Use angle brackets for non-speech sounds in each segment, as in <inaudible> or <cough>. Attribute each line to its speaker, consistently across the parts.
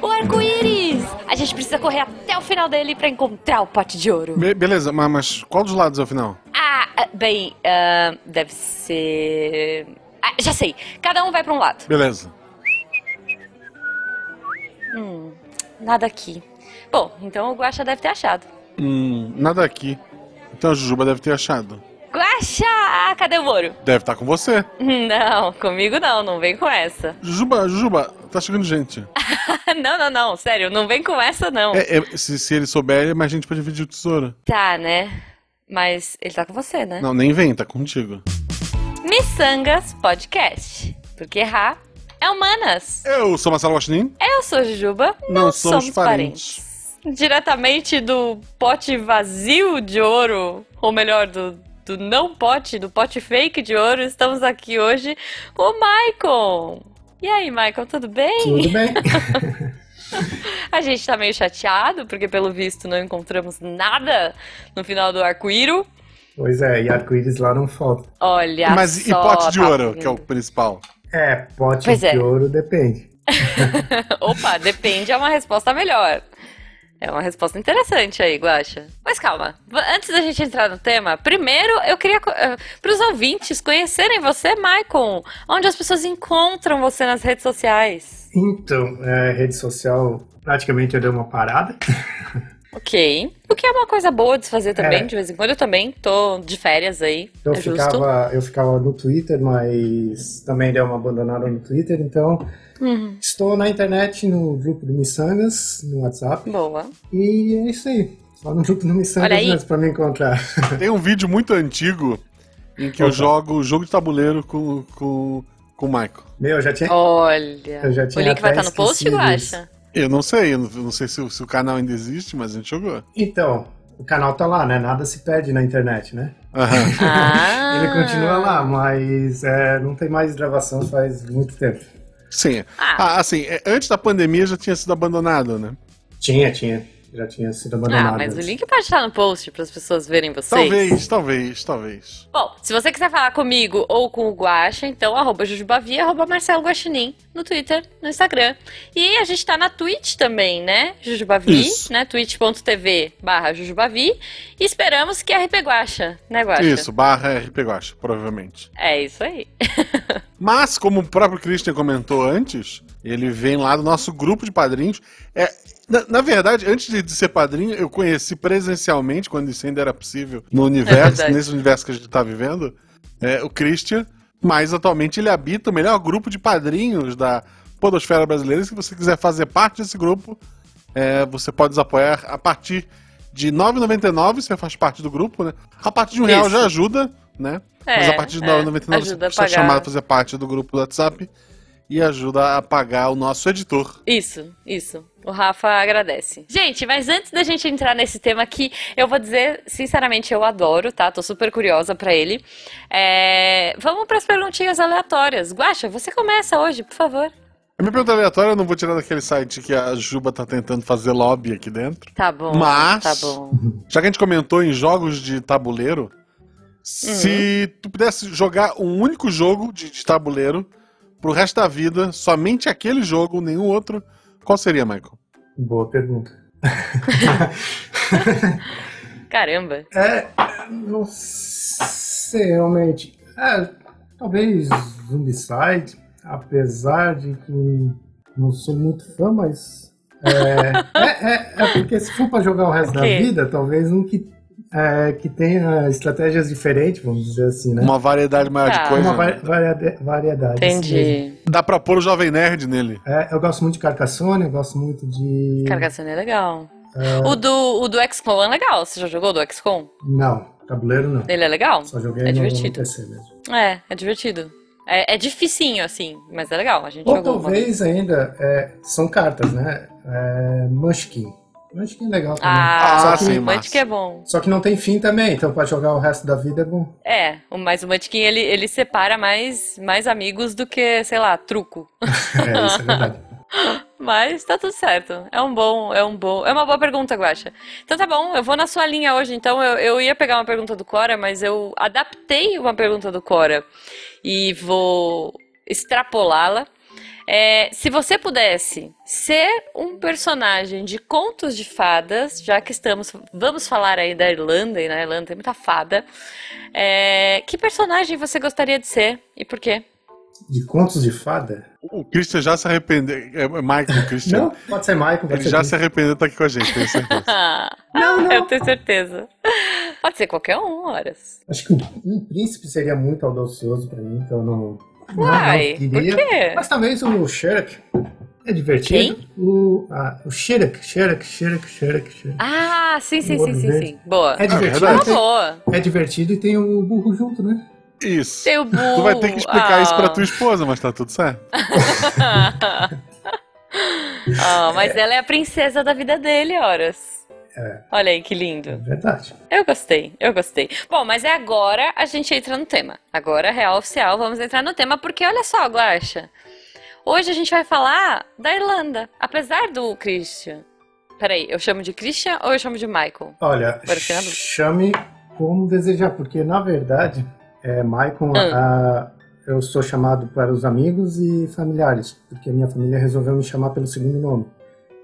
Speaker 1: O arco-íris! A gente precisa correr até o final dele pra encontrar o pote de ouro.
Speaker 2: Be- beleza, ma- mas qual dos lados é o final?
Speaker 1: Ah, ah, bem, ah, deve ser. Ah, já sei. Cada um vai pra um lado.
Speaker 2: Beleza.
Speaker 1: Nada aqui. Bom, então o Guaxa deve ter achado.
Speaker 2: Hum, nada aqui. Então a Jujuba deve ter achado.
Speaker 1: Guaxa! Cadê o ouro?
Speaker 2: Deve estar com você.
Speaker 1: Não, comigo não, não vem com essa. <laughs>
Speaker 2: Jujuba, Jujuba, tá chegando gente.
Speaker 1: não, não, não, sério, não vem com essa não.
Speaker 2: É, é, se, se ele souber, é mais gente pra dividir o tesouro.
Speaker 1: Tá, né? Mas ele tá com você, né?
Speaker 2: Não, nem vem, tá contigo.
Speaker 1: Missangas Podcast. Porque errar é humanas.
Speaker 2: Eu sou Marcelo Guaxinim.
Speaker 1: Eu sou a Jujuba, não, somos, parentes. Diretamente do pote vazio de ouro, ou melhor, do, do não pote, do pote fake de ouro, estamos aqui hoje com o Maicon. E aí, Maicon, tudo bem?
Speaker 3: Tudo
Speaker 1: <laughs>
Speaker 3: bem?
Speaker 1: A gente tá meio chateado, porque pelo visto não encontramos nada no final do arco-íris.
Speaker 3: Pois é, e arco-íris lá não falta.
Speaker 1: Olha
Speaker 2: Mas e
Speaker 1: É só,
Speaker 2: pote de
Speaker 1: tá
Speaker 2: ouro,
Speaker 1: vindo.
Speaker 2: que é o principal?
Speaker 3: É, pote
Speaker 1: Pois
Speaker 3: de
Speaker 1: é.
Speaker 3: ouro depende.
Speaker 1: <laughs> Opa, depende, é uma resposta melhor. É uma resposta interessante aí, Guaxa. Mas calma, v- antes da gente entrar no tema, primeiro eu queria para os ouvintes conhecerem você, Maicon. Onde as pessoas encontram você nas redes sociais?
Speaker 3: Então, é, rede social, praticamente eu dei uma parada.
Speaker 1: Ok. O que é uma coisa boa de se fazer também,
Speaker 3: É.
Speaker 1: de vez em quando. Eu também tô de férias aí,
Speaker 3: Eu,
Speaker 1: é justo.
Speaker 3: ficava, eu ficava no Twitter, mas também dei uma abandonada no Twitter, então
Speaker 1: Uhum.
Speaker 3: estou na internet, no grupo do Missangas, no WhatsApp,
Speaker 1: Boa.
Speaker 3: e é isso aí. Só no grupo do
Speaker 1: Olha
Speaker 3: Missangas
Speaker 1: aí.
Speaker 3: mesmo pra me encontrar.
Speaker 2: Tem um vídeo muito antigo em que eu
Speaker 3: Opa.
Speaker 2: jogo jogo de tabuleiro com, com, com o Michael.
Speaker 3: Meu, já tinha.
Speaker 1: Olha.
Speaker 3: Eu já
Speaker 1: o
Speaker 3: tinha
Speaker 1: link vai
Speaker 3: até
Speaker 1: estar no post,
Speaker 3: esquecido
Speaker 1: Guaxa?
Speaker 2: Eu não sei, eu não, eu não sei se, o- se o canal ainda existe, mas a gente jogou.
Speaker 3: Então, o canal tá lá, né? Nada se perde na internet, né?
Speaker 2: Aham.
Speaker 1: Ah.
Speaker 3: <laughs> Ele continua lá, mas é, não tem mais gravação faz muito tempo.
Speaker 2: Sim.
Speaker 1: Ah,
Speaker 2: Ah, assim, é, antes da pandemia já tinha sido abandonado, né?
Speaker 3: Tinha, tinha. Já tinha sido abandonado.
Speaker 1: Ah, mas o link pode estar no post para as pessoas verem vocês.
Speaker 2: Talvez, talvez, talvez.
Speaker 1: Bom, se você quiser falar comigo ou com o Guaxa, então arroba Jujubavi, arroba Marcelo Guaxinim, no Twitter, no Instagram. E a gente tá na Twitch também, né, Jujubavi,
Speaker 2: Isso.
Speaker 1: né, twitch.tv barra Jujubavi. E esperamos que RP Guaxa, né, Guaxa?
Speaker 2: Isso, barra RP Guacha, provavelmente.
Speaker 1: É isso aí.
Speaker 2: Mas, como o próprio Christian comentou antes, ele vem lá do nosso grupo de padrinhos. É, na, na verdade, antes de, de ser padrinho, eu conheci presencialmente, quando isso ainda era possível, no universo,
Speaker 1: É verdade.
Speaker 2: nesse universo que a gente está vivendo, é, o Christian. Mas, atualmente, ele habita o melhor grupo de padrinhos da Podosfera Brasileira. E Se você quiser fazer parte desse grupo, é, você pode nos apoiar a partir de R$ 9,99. Você faz parte do grupo, né? A partir de um real
Speaker 1: Isso.
Speaker 2: já ajuda, né?
Speaker 1: É,
Speaker 2: Mas a partir de
Speaker 1: é,
Speaker 2: 9,99
Speaker 1: ajuda a
Speaker 2: você precisa
Speaker 1: pagar.
Speaker 2: ser chamado a fazer parte do grupo do WhatsApp e ajuda a pagar o nosso editor.
Speaker 1: Isso, isso. O Rafa agradece. Gente, mas antes da gente entrar nesse tema aqui, eu vou dizer, sinceramente, eu adoro, tá? Tô super curiosa pra ele. É, Vamos pras perguntinhas aleatórias. Guaxa, você começa hoje, por favor.
Speaker 2: A minha pergunta aleatória eu não vou tirar daquele site que a Juba tá tentando fazer lobby aqui dentro.
Speaker 1: Tá bom.
Speaker 2: Mas-
Speaker 1: Tá bom.
Speaker 2: Já que a gente comentou em jogos de tabuleiro, se
Speaker 1: Uhum.
Speaker 2: tu pudesse jogar um único jogo de, de tabuleiro pro resto da vida, somente aquele jogo, nenhum outro, qual seria, Michael?
Speaker 3: Boa pergunta.
Speaker 1: Caramba.
Speaker 3: É, não sei realmente. É, talvez Zombicide, apesar de que não sou muito fã, mas. É, <laughs> é, é- é porque se for pra jogar o resto
Speaker 1: Ok.
Speaker 3: da vida, talvez um que, é, que tenha estratégias diferentes, vamos dizer assim, né?
Speaker 2: Uma variedade maior
Speaker 1: Tá.
Speaker 2: de coisa.
Speaker 3: Uma
Speaker 2: né?
Speaker 3: vari- variade- variedade. isso mesmo.
Speaker 1: Entendi.
Speaker 2: Dá pra pôr o Jovem Nerd nele.
Speaker 3: É, eu gosto muito de Carcassonne, eu gosto muito de.
Speaker 1: Carcassonne é legal. O do, o do XCOM é legal. Você já jogou o do XCOM?
Speaker 3: Não, tabuleiro não.
Speaker 1: Ele é legal?
Speaker 3: Só joguei
Speaker 1: É
Speaker 3: no-
Speaker 1: divertido.
Speaker 3: no PC mesmo.
Speaker 1: É, é divertido. É, é dificinho, assim, mas é legal. A gente
Speaker 3: Ou
Speaker 1: jogou. uma vez.
Speaker 3: talvez ainda, é, são cartas, né? É, Munchkin. Munchkin é legal também.
Speaker 1: Ah,
Speaker 2: Ah,
Speaker 1: sim,
Speaker 2: sim,
Speaker 1: o
Speaker 2: massa.
Speaker 1: Mantic é bom.
Speaker 3: Só que não tem fim também, então pra jogar o resto da vida é bom. <laughs>
Speaker 1: É, o- mas o Munchkin ele, ele separa mais, mais amigos do que, sei lá, truco.
Speaker 3: É, isso é verdade.
Speaker 1: Mas tá tudo certo. É um bom, é um bom. É uma boa pergunta, Guaxa. Então tá bom, eu vou na sua linha hoje. Então eu, eu ia pegar uma pergunta do Cora, mas eu adaptei uma pergunta do Cora e vou extrapolá-la. É, se você pudesse ser um personagem de contos de fadas, já que estamos, vamos falar aí da Irlanda, e na Irlanda tem muita fada, é, que personagem você gostaria de ser e por quê?
Speaker 3: De contos de fada?
Speaker 2: O Christian já se arrependeu. É Michael, Christian.
Speaker 3: Não, pode ser Michael, pode
Speaker 2: Ele
Speaker 3: ser
Speaker 2: já
Speaker 3: Chris.
Speaker 2: se arrependeu de estar aqui com a gente, tenho
Speaker 3: <laughs>
Speaker 2: certeza.
Speaker 3: Não, não.
Speaker 1: Eu tenho certeza. Pode ser qualquer um, horas.
Speaker 3: Acho que um, um príncipe seria muito audacioso pra mim, então não. não-
Speaker 1: Uai, por
Speaker 3: não queria.
Speaker 1: quê?
Speaker 3: Mas talvez o Sherlock é divertido. O, ah, o Sherlock, Sherlock, Sherlock, Sherlock, Sherlock.
Speaker 1: Ah, sim, sim,
Speaker 3: Boa
Speaker 1: sim, sim,
Speaker 3: vivência.
Speaker 1: sim. Boa. Tá
Speaker 3: É divertido.
Speaker 2: verdade.
Speaker 1: Uma
Speaker 3: tem-
Speaker 1: boa.
Speaker 3: É divertido e tem o burro junto, né?
Speaker 2: Isso.
Speaker 1: Tem o burro.
Speaker 2: Tu vai ter que explicar
Speaker 1: Ah.
Speaker 2: isso pra tua esposa, mas tá tudo certo.
Speaker 1: <laughs> Ah, mas ela é a princesa da vida dele, horas.
Speaker 3: É.
Speaker 1: Olha aí que
Speaker 3: É
Speaker 1: lindo.
Speaker 3: verdade.
Speaker 1: Eu gostei, eu gostei. Bom, mas é agora a gente entra no tema. Agora, real oficial, vamos entrar no tema, porque olha só, Guaxa. Hoje a gente vai falar da Irlanda. Apesar do Christian. Peraí, eu chamo de Christian ou eu chamo de Michael?
Speaker 3: Olha,
Speaker 1: Agora fica na dúvida.
Speaker 3: chame como desejar, porque na verdade, é, Maicon,
Speaker 1: Ah.
Speaker 3: a- eu sou chamado para os amigos e familiares, porque a minha família resolveu me chamar pelo segundo nome.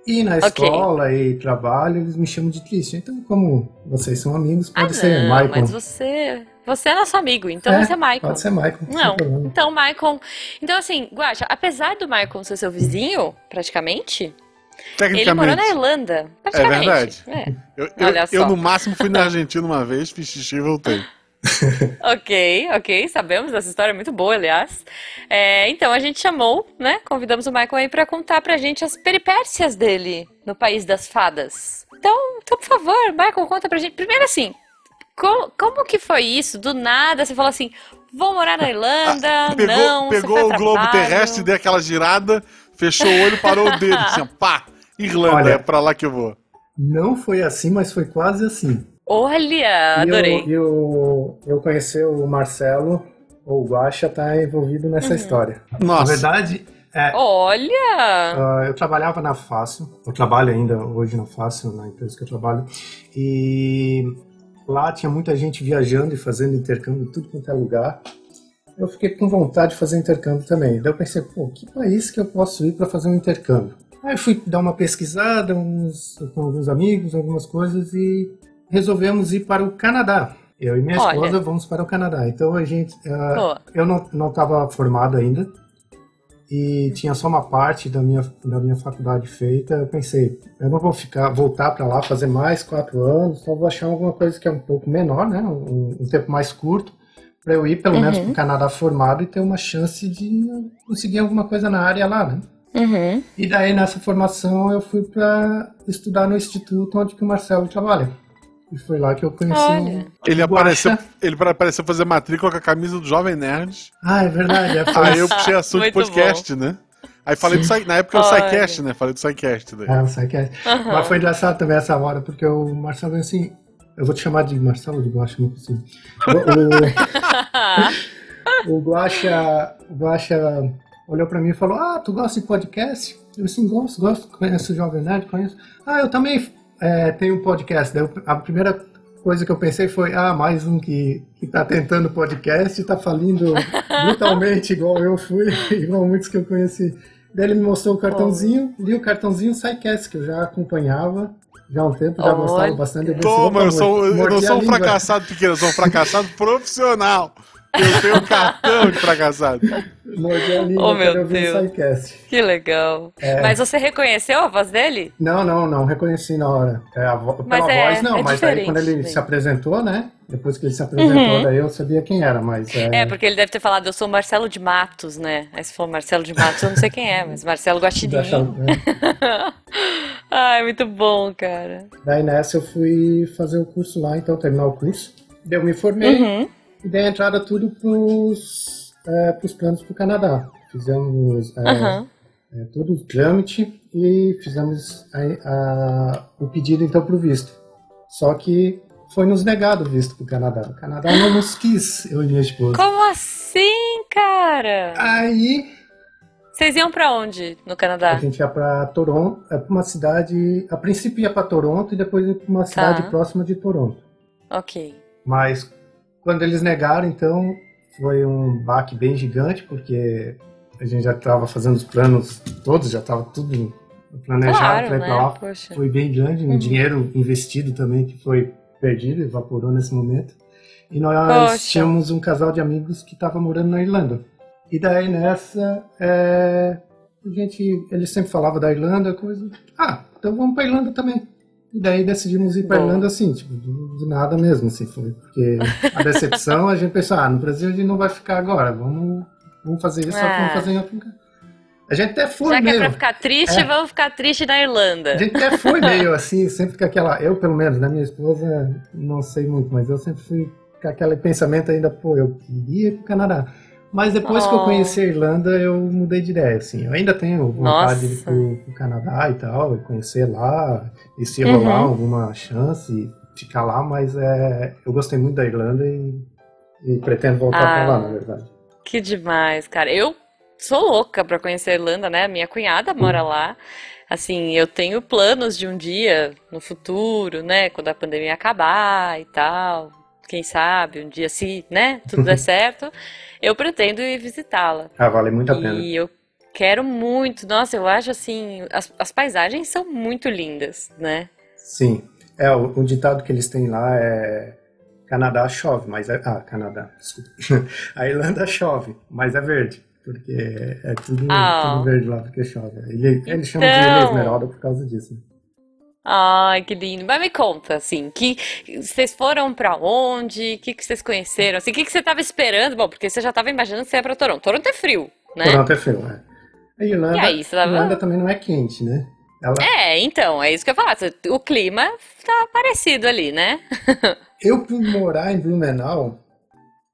Speaker 3: E na
Speaker 1: Ok.
Speaker 3: escola e trabalho, eles me chamam de Christian. Então, como vocês são amigos,
Speaker 1: Ah,
Speaker 3: pode ser
Speaker 1: não,
Speaker 3: Maicon.
Speaker 1: mas você. Você é nosso amigo, então
Speaker 3: É,
Speaker 1: você é Michael.
Speaker 3: Pode ser Maicon. sem
Speaker 1: Não.
Speaker 3: problema.
Speaker 1: Então, Michael. Então, assim, Guaxa, apesar do Michael ser seu vizinho, praticamente, ele morou
Speaker 2: Tecnicamente.
Speaker 1: na Irlanda. Praticamente.
Speaker 2: verdade.
Speaker 1: É.
Speaker 2: eu, eu-
Speaker 1: Olha só.
Speaker 2: eu, no máximo, fui na Argentina uma vez, fiz xixi e voltei.
Speaker 1: Ok, ok, sabemos dessa história, muito boa, aliás. É, então a gente chamou, né? Convidamos o Michael aí pra contar pra gente as peripécias dele no País das Fadas. Então, então, por favor, Michael, conta pra gente. Primeiro assim, co- como que foi isso? Do nada você falou assim, vou morar na Irlanda,
Speaker 2: Ah, Pegou,
Speaker 1: Ah, não, você
Speaker 2: pegou
Speaker 1: foi
Speaker 2: o
Speaker 1: a
Speaker 2: globo
Speaker 1: trabalho.
Speaker 2: terrestre, deu aquela girada, fechou o olho, parou o dedo,
Speaker 1: <laughs>
Speaker 2: assim, ó, pá, Irlanda,
Speaker 3: Olha.
Speaker 2: é pra lá que eu vou.
Speaker 3: Não foi assim, mas foi quase assim.
Speaker 1: Olha,
Speaker 3: E eu-
Speaker 1: adorei.
Speaker 3: E eu, eu conheci o Marcelo, ou o Guaxa, tá envolvido
Speaker 1: Uhum.
Speaker 3: nessa história. Na
Speaker 2: Nossa,
Speaker 3: verdade, é,
Speaker 1: Olha!
Speaker 3: Ah, eu trabalhava na Fácil, eu trabalho ainda hoje na Fácil, na empresa que eu trabalho, e lá tinha muita gente viajando e fazendo intercâmbio em tudo quanto é lugar. Eu fiquei com vontade de fazer intercâmbio também. Daí eu pensei, pô, que país que eu posso ir para fazer um intercâmbio? Aí eu fui dar uma pesquisada uns- com alguns amigos, algumas coisas, e resolvemos ir para o Canadá. Eu e minha
Speaker 1: Olha.
Speaker 3: esposa vamos para o Canadá. Então a gente. ah,
Speaker 1: Boa.
Speaker 3: eu não não estava formado ainda e tinha só uma parte da minha da minha faculdade feita. Eu pensei, eu não vou ficar voltar para lá fazer mais quatro anos, só vou achar alguma coisa que é um pouco menor, né? Um, um tempo mais curto para eu ir pelo
Speaker 1: Uhum.
Speaker 3: menos para o Canadá formado e ter uma chance de conseguir alguma coisa na área lá, né?
Speaker 1: Uhum.
Speaker 3: E daí nessa formação eu fui para estudar no instituto onde que o Marcelo trabalha. E foi lá que eu conheci.
Speaker 1: Olha.
Speaker 3: o-
Speaker 2: ele
Speaker 3: o
Speaker 2: apareceu,
Speaker 3: Guaxa.
Speaker 2: ele apareceu fazer matrícula com a camisa do Jovem Nerd.
Speaker 3: Ah, é verdade. É, foi
Speaker 2: Aí eu puxei assunto de
Speaker 1: Muito
Speaker 2: podcast, né? Aí falei do Psy- Na época era o
Speaker 1: Olha.
Speaker 2: Psycast, né? Falei do Psycast daí.
Speaker 3: É, o Psycast.
Speaker 1: Aham.
Speaker 3: Mas foi engraçado também essa hora, porque o Marcelo assim. Eu vou te chamar de Marcelo de Guacha, não consigo. O, o, o Guacha. O Guaxa olhou pra mim e falou: Ah, tu gosta de podcast? Eu assim, gosto, gosto, conheço o Jovem Nerd, conheço. Ah, eu também é, tenho um podcast. Daí eu- a primeira coisa que eu pensei foi: Ah, mais um que, que tá tentando podcast e
Speaker 1: <laughs>
Speaker 3: tá falindo brutalmente, igual eu fui, <laughs> igual muitos que eu conheci. Daí ele me mostrou o cartãozinho, li o cartãozinho Psycast, que eu já acompanhava já há um tempo, já
Speaker 1: Olha.
Speaker 3: gostava bastante. pensei,
Speaker 2: Toma, eu
Speaker 3: "Opa,
Speaker 2: sou, eu
Speaker 3: mordi
Speaker 2: não
Speaker 3: é a
Speaker 2: sou um
Speaker 3: língua."
Speaker 2: fracassado pequeno, eu sou um fracassado profissional. Eu tenho um cartão de fracassado.
Speaker 3: Tá. Mordi a língua
Speaker 1: Oh, meu
Speaker 3: quando eu vi o
Speaker 1: Deus.
Speaker 3: Psycast.
Speaker 1: <laughs> que legal.
Speaker 2: É.
Speaker 1: Mas você reconheceu a voz dele?
Speaker 3: Não, não, não reconheci na hora. É, a vo-
Speaker 1: Mas
Speaker 3: pela
Speaker 1: é-
Speaker 3: voz, não,
Speaker 1: é
Speaker 3: mas aí
Speaker 1: diferente,
Speaker 3: quando ele
Speaker 1: sim.
Speaker 3: se apresentou, né? Depois que ele se apresentou,
Speaker 1: Uhum.
Speaker 3: daí eu sabia quem era, mas. É,
Speaker 1: É, porque ele deve ter falado, eu sou o Marcelo de Matos, né? Aí se for Marcelo de Matos, eu não sei quem é, mas Marcelo Guaxinim.
Speaker 3: achava- é.
Speaker 1: <laughs> Ai, muito bom, cara.
Speaker 3: Daí nessa eu fui fazer o curso lá, então terminar o curso. Daí eu me
Speaker 1: Uhum.
Speaker 3: formei e dei a entrada tudo pros, é, pros planos pro Canadá. Fizemos é,
Speaker 1: Aham.
Speaker 3: é, todo o trâmite e fizemos a- a- o pedido então para o visto. Só que foi nos negado o visto para o Canadá. O Canadá não nos quis, eu e minha esposa.
Speaker 1: Como assim, cara?
Speaker 3: Aí
Speaker 1: Vocês iam pra onde no
Speaker 3: a
Speaker 1: Canadá?
Speaker 3: gente ia para Toronto, é pra uma cidade, a princípio ia para Toronto e depois ia
Speaker 1: Tá.
Speaker 3: para uma cidade próxima de Toronto.
Speaker 1: Ok.
Speaker 3: Mas quando eles negaram, então foi um baque bem gigante, porque a gente já estava fazendo os planos todos, já estava tudo planejado
Speaker 1: Claro,
Speaker 3: para ir
Speaker 1: né?
Speaker 3: para lá.
Speaker 1: Poxa. Uhum.
Speaker 3: Foi bem grande, um dinheiro investido também que foi perdido, evaporou nesse momento. E nós
Speaker 1: Poxa.
Speaker 3: tínhamos um casal de amigos que estava morando na Irlanda. E daí nessa, é, a gente, eles sempre falavam da Irlanda, coisa. Ah, então vamos para Irlanda também. E daí decidimos ir para
Speaker 1: Boa.
Speaker 3: Irlanda assim, tipo, do, do nada mesmo, assim, foi porque a decepção a gente pensou, ah, no Brasil a gente não vai ficar agora, vamos, vamos fazer isso, só que vamos
Speaker 1: Ah.
Speaker 3: fazer em outro lugar. A gente até foi
Speaker 1: Já que é
Speaker 3: mesmo.
Speaker 1: pra ficar triste,
Speaker 3: É.
Speaker 1: vamos ficar triste na
Speaker 3: A
Speaker 1: Irlanda.
Speaker 3: gente até foi meio assim, sempre com aquela. Eu, pelo menos, né? Minha esposa, não sei muito, mas eu sempre fui com aquele pensamento ainda, pô, eu queria ir pro Canadá. Mas depois que eu
Speaker 1: Oh.
Speaker 3: conheci a Irlanda, eu mudei de ideia, assim. Eu ainda tenho vontade de ir
Speaker 1: Nossa.
Speaker 3: pro, pro Canadá e tal, e conhecer lá, e se rolar
Speaker 1: Uhum.
Speaker 3: alguma chance, e ficar lá, mas é, eu gostei muito da Irlanda e, e pretendo voltar
Speaker 1: Ah.
Speaker 3: pra lá, na verdade.
Speaker 1: Que demais, cara. Eu sou louca pra conhecer a Irlanda, né? Minha cunhada mora lá. Assim, eu tenho planos de um dia no futuro, né? Quando a pandemia acabar e tal. Quem sabe, um dia, se, né? Tudo
Speaker 3: <laughs>
Speaker 1: der certo, eu pretendo ir visitá-la.
Speaker 3: Ah, vale muito a pena.
Speaker 1: E eu quero muito. Nossa, eu acho assim, as, as paisagens são muito lindas, né?
Speaker 3: Sim. É, o, o ditado que eles têm lá é Canadá chove, mas é. Ah, Canadá, desculpa. <laughs> A Irlanda chove, mas é verde. Porque é tudo,
Speaker 1: Ah.
Speaker 3: tudo verde lá porque chove. Ele, Eles chamam de
Speaker 1: Então.
Speaker 3: Ilha Esmeralda por causa disso.
Speaker 1: Ai, que lindo. Mas me conta, assim, que vocês foram pra onde? O que que vocês conheceram? Assim, o que que você tava esperando? Bom, porque você já tava imaginando que você ia pra Toronto. Toronto é frio, né?
Speaker 3: Toronto é frio, é. A Irlanda,
Speaker 1: E aí, você
Speaker 3: a
Speaker 1: tava-
Speaker 3: Irlanda também não é quente, né? Ela,
Speaker 1: É, então, é isso que eu ia falar. O clima tá parecido ali, né?
Speaker 3: Eu, por morar em Blumenau,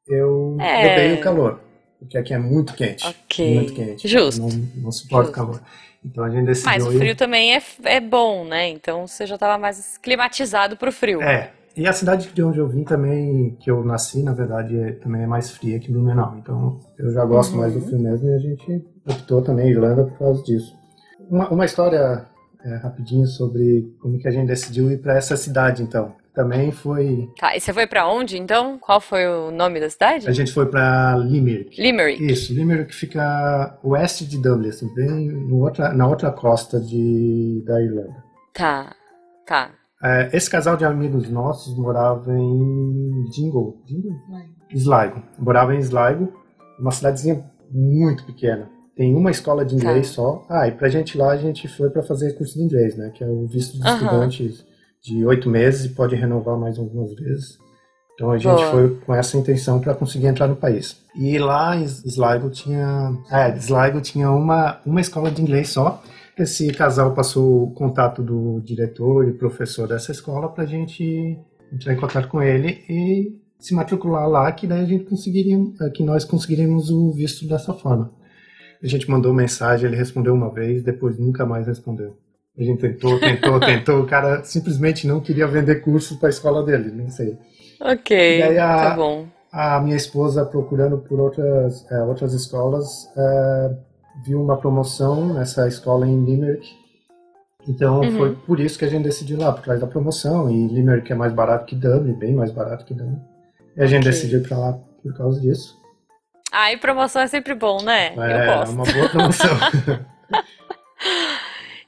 Speaker 3: eu
Speaker 1: É.
Speaker 3: odeio o calor. Porque aqui é muito quente.
Speaker 1: Ok.
Speaker 3: Muito quente.
Speaker 1: Justo.
Speaker 3: Não, não suporto
Speaker 1: Justo.
Speaker 3: calor. Então a gente decidiu
Speaker 1: Mas o
Speaker 3: ir.
Speaker 1: frio também é, é bom, né? Então você já tava mais climatizado pro frio.
Speaker 3: É, e a cidade de onde eu vim também, que eu nasci, na verdade, é- também é mais fria que Blumenau. Então eu já gosto mais do frio mesmo e a gente optou também a Irlanda por causa disso. Uma, uma história é, rapidinho sobre como que a gente decidiu ir para essa cidade, então. Também foi.
Speaker 1: Tá, e você foi pra onde então? Qual foi o nome da cidade?
Speaker 3: A gente foi para Limerick.
Speaker 1: Limerick.
Speaker 3: Isso, Limerick fica oeste de Dublin, assim, bem no outra, na outra costa de, da Irlanda.
Speaker 1: Tá, tá.
Speaker 3: É, Esse casal de amigos nossos morava em Dingle, Dingle? Sligo. Morava em Sligo, uma cidadezinha muito pequena. Tem uma escola de inglês
Speaker 1: Tá.
Speaker 3: só. Ah, e pra gente lá, a gente foi pra fazer curso de inglês, né? Que é o visto de
Speaker 1: Aham.
Speaker 3: estudante de oito meses e pode renovar mais algumas vezes. Então a gente
Speaker 1: Boa.
Speaker 3: foi com essa intenção para conseguir entrar no país. E lá em Sligo tinha, é, Sligo tinha uma, uma escola de inglês só. Esse casal passou o contato do diretor e professor dessa escola para a gente entrar em contato com ele e se matricular lá, que daí a gente conseguiria, é, que nós conseguiríamos o visto dessa forma. A gente mandou mensagem, ele respondeu uma vez, depois nunca mais respondeu. A gente tentou, tentou, <laughs> tentou, o cara simplesmente não queria vender curso para a escola dele, não sei
Speaker 1: Ok,
Speaker 3: E aí a-
Speaker 1: tá bom.
Speaker 3: a minha esposa procurando por outras eh, outras escolas eh, viu uma promoção nessa escola em Limerick então
Speaker 1: Uhum.
Speaker 3: foi por isso que a gente decidiu ir lá por causa da promoção e Limerick é mais barato que Dublin bem mais barato que Dublin e a gente
Speaker 1: Ok.
Speaker 3: decidiu ir para lá por causa disso
Speaker 1: Ah, e promoção é sempre bom, né? Eu
Speaker 3: é
Speaker 1: gosto.
Speaker 3: uma boa promoção
Speaker 1: <laughs>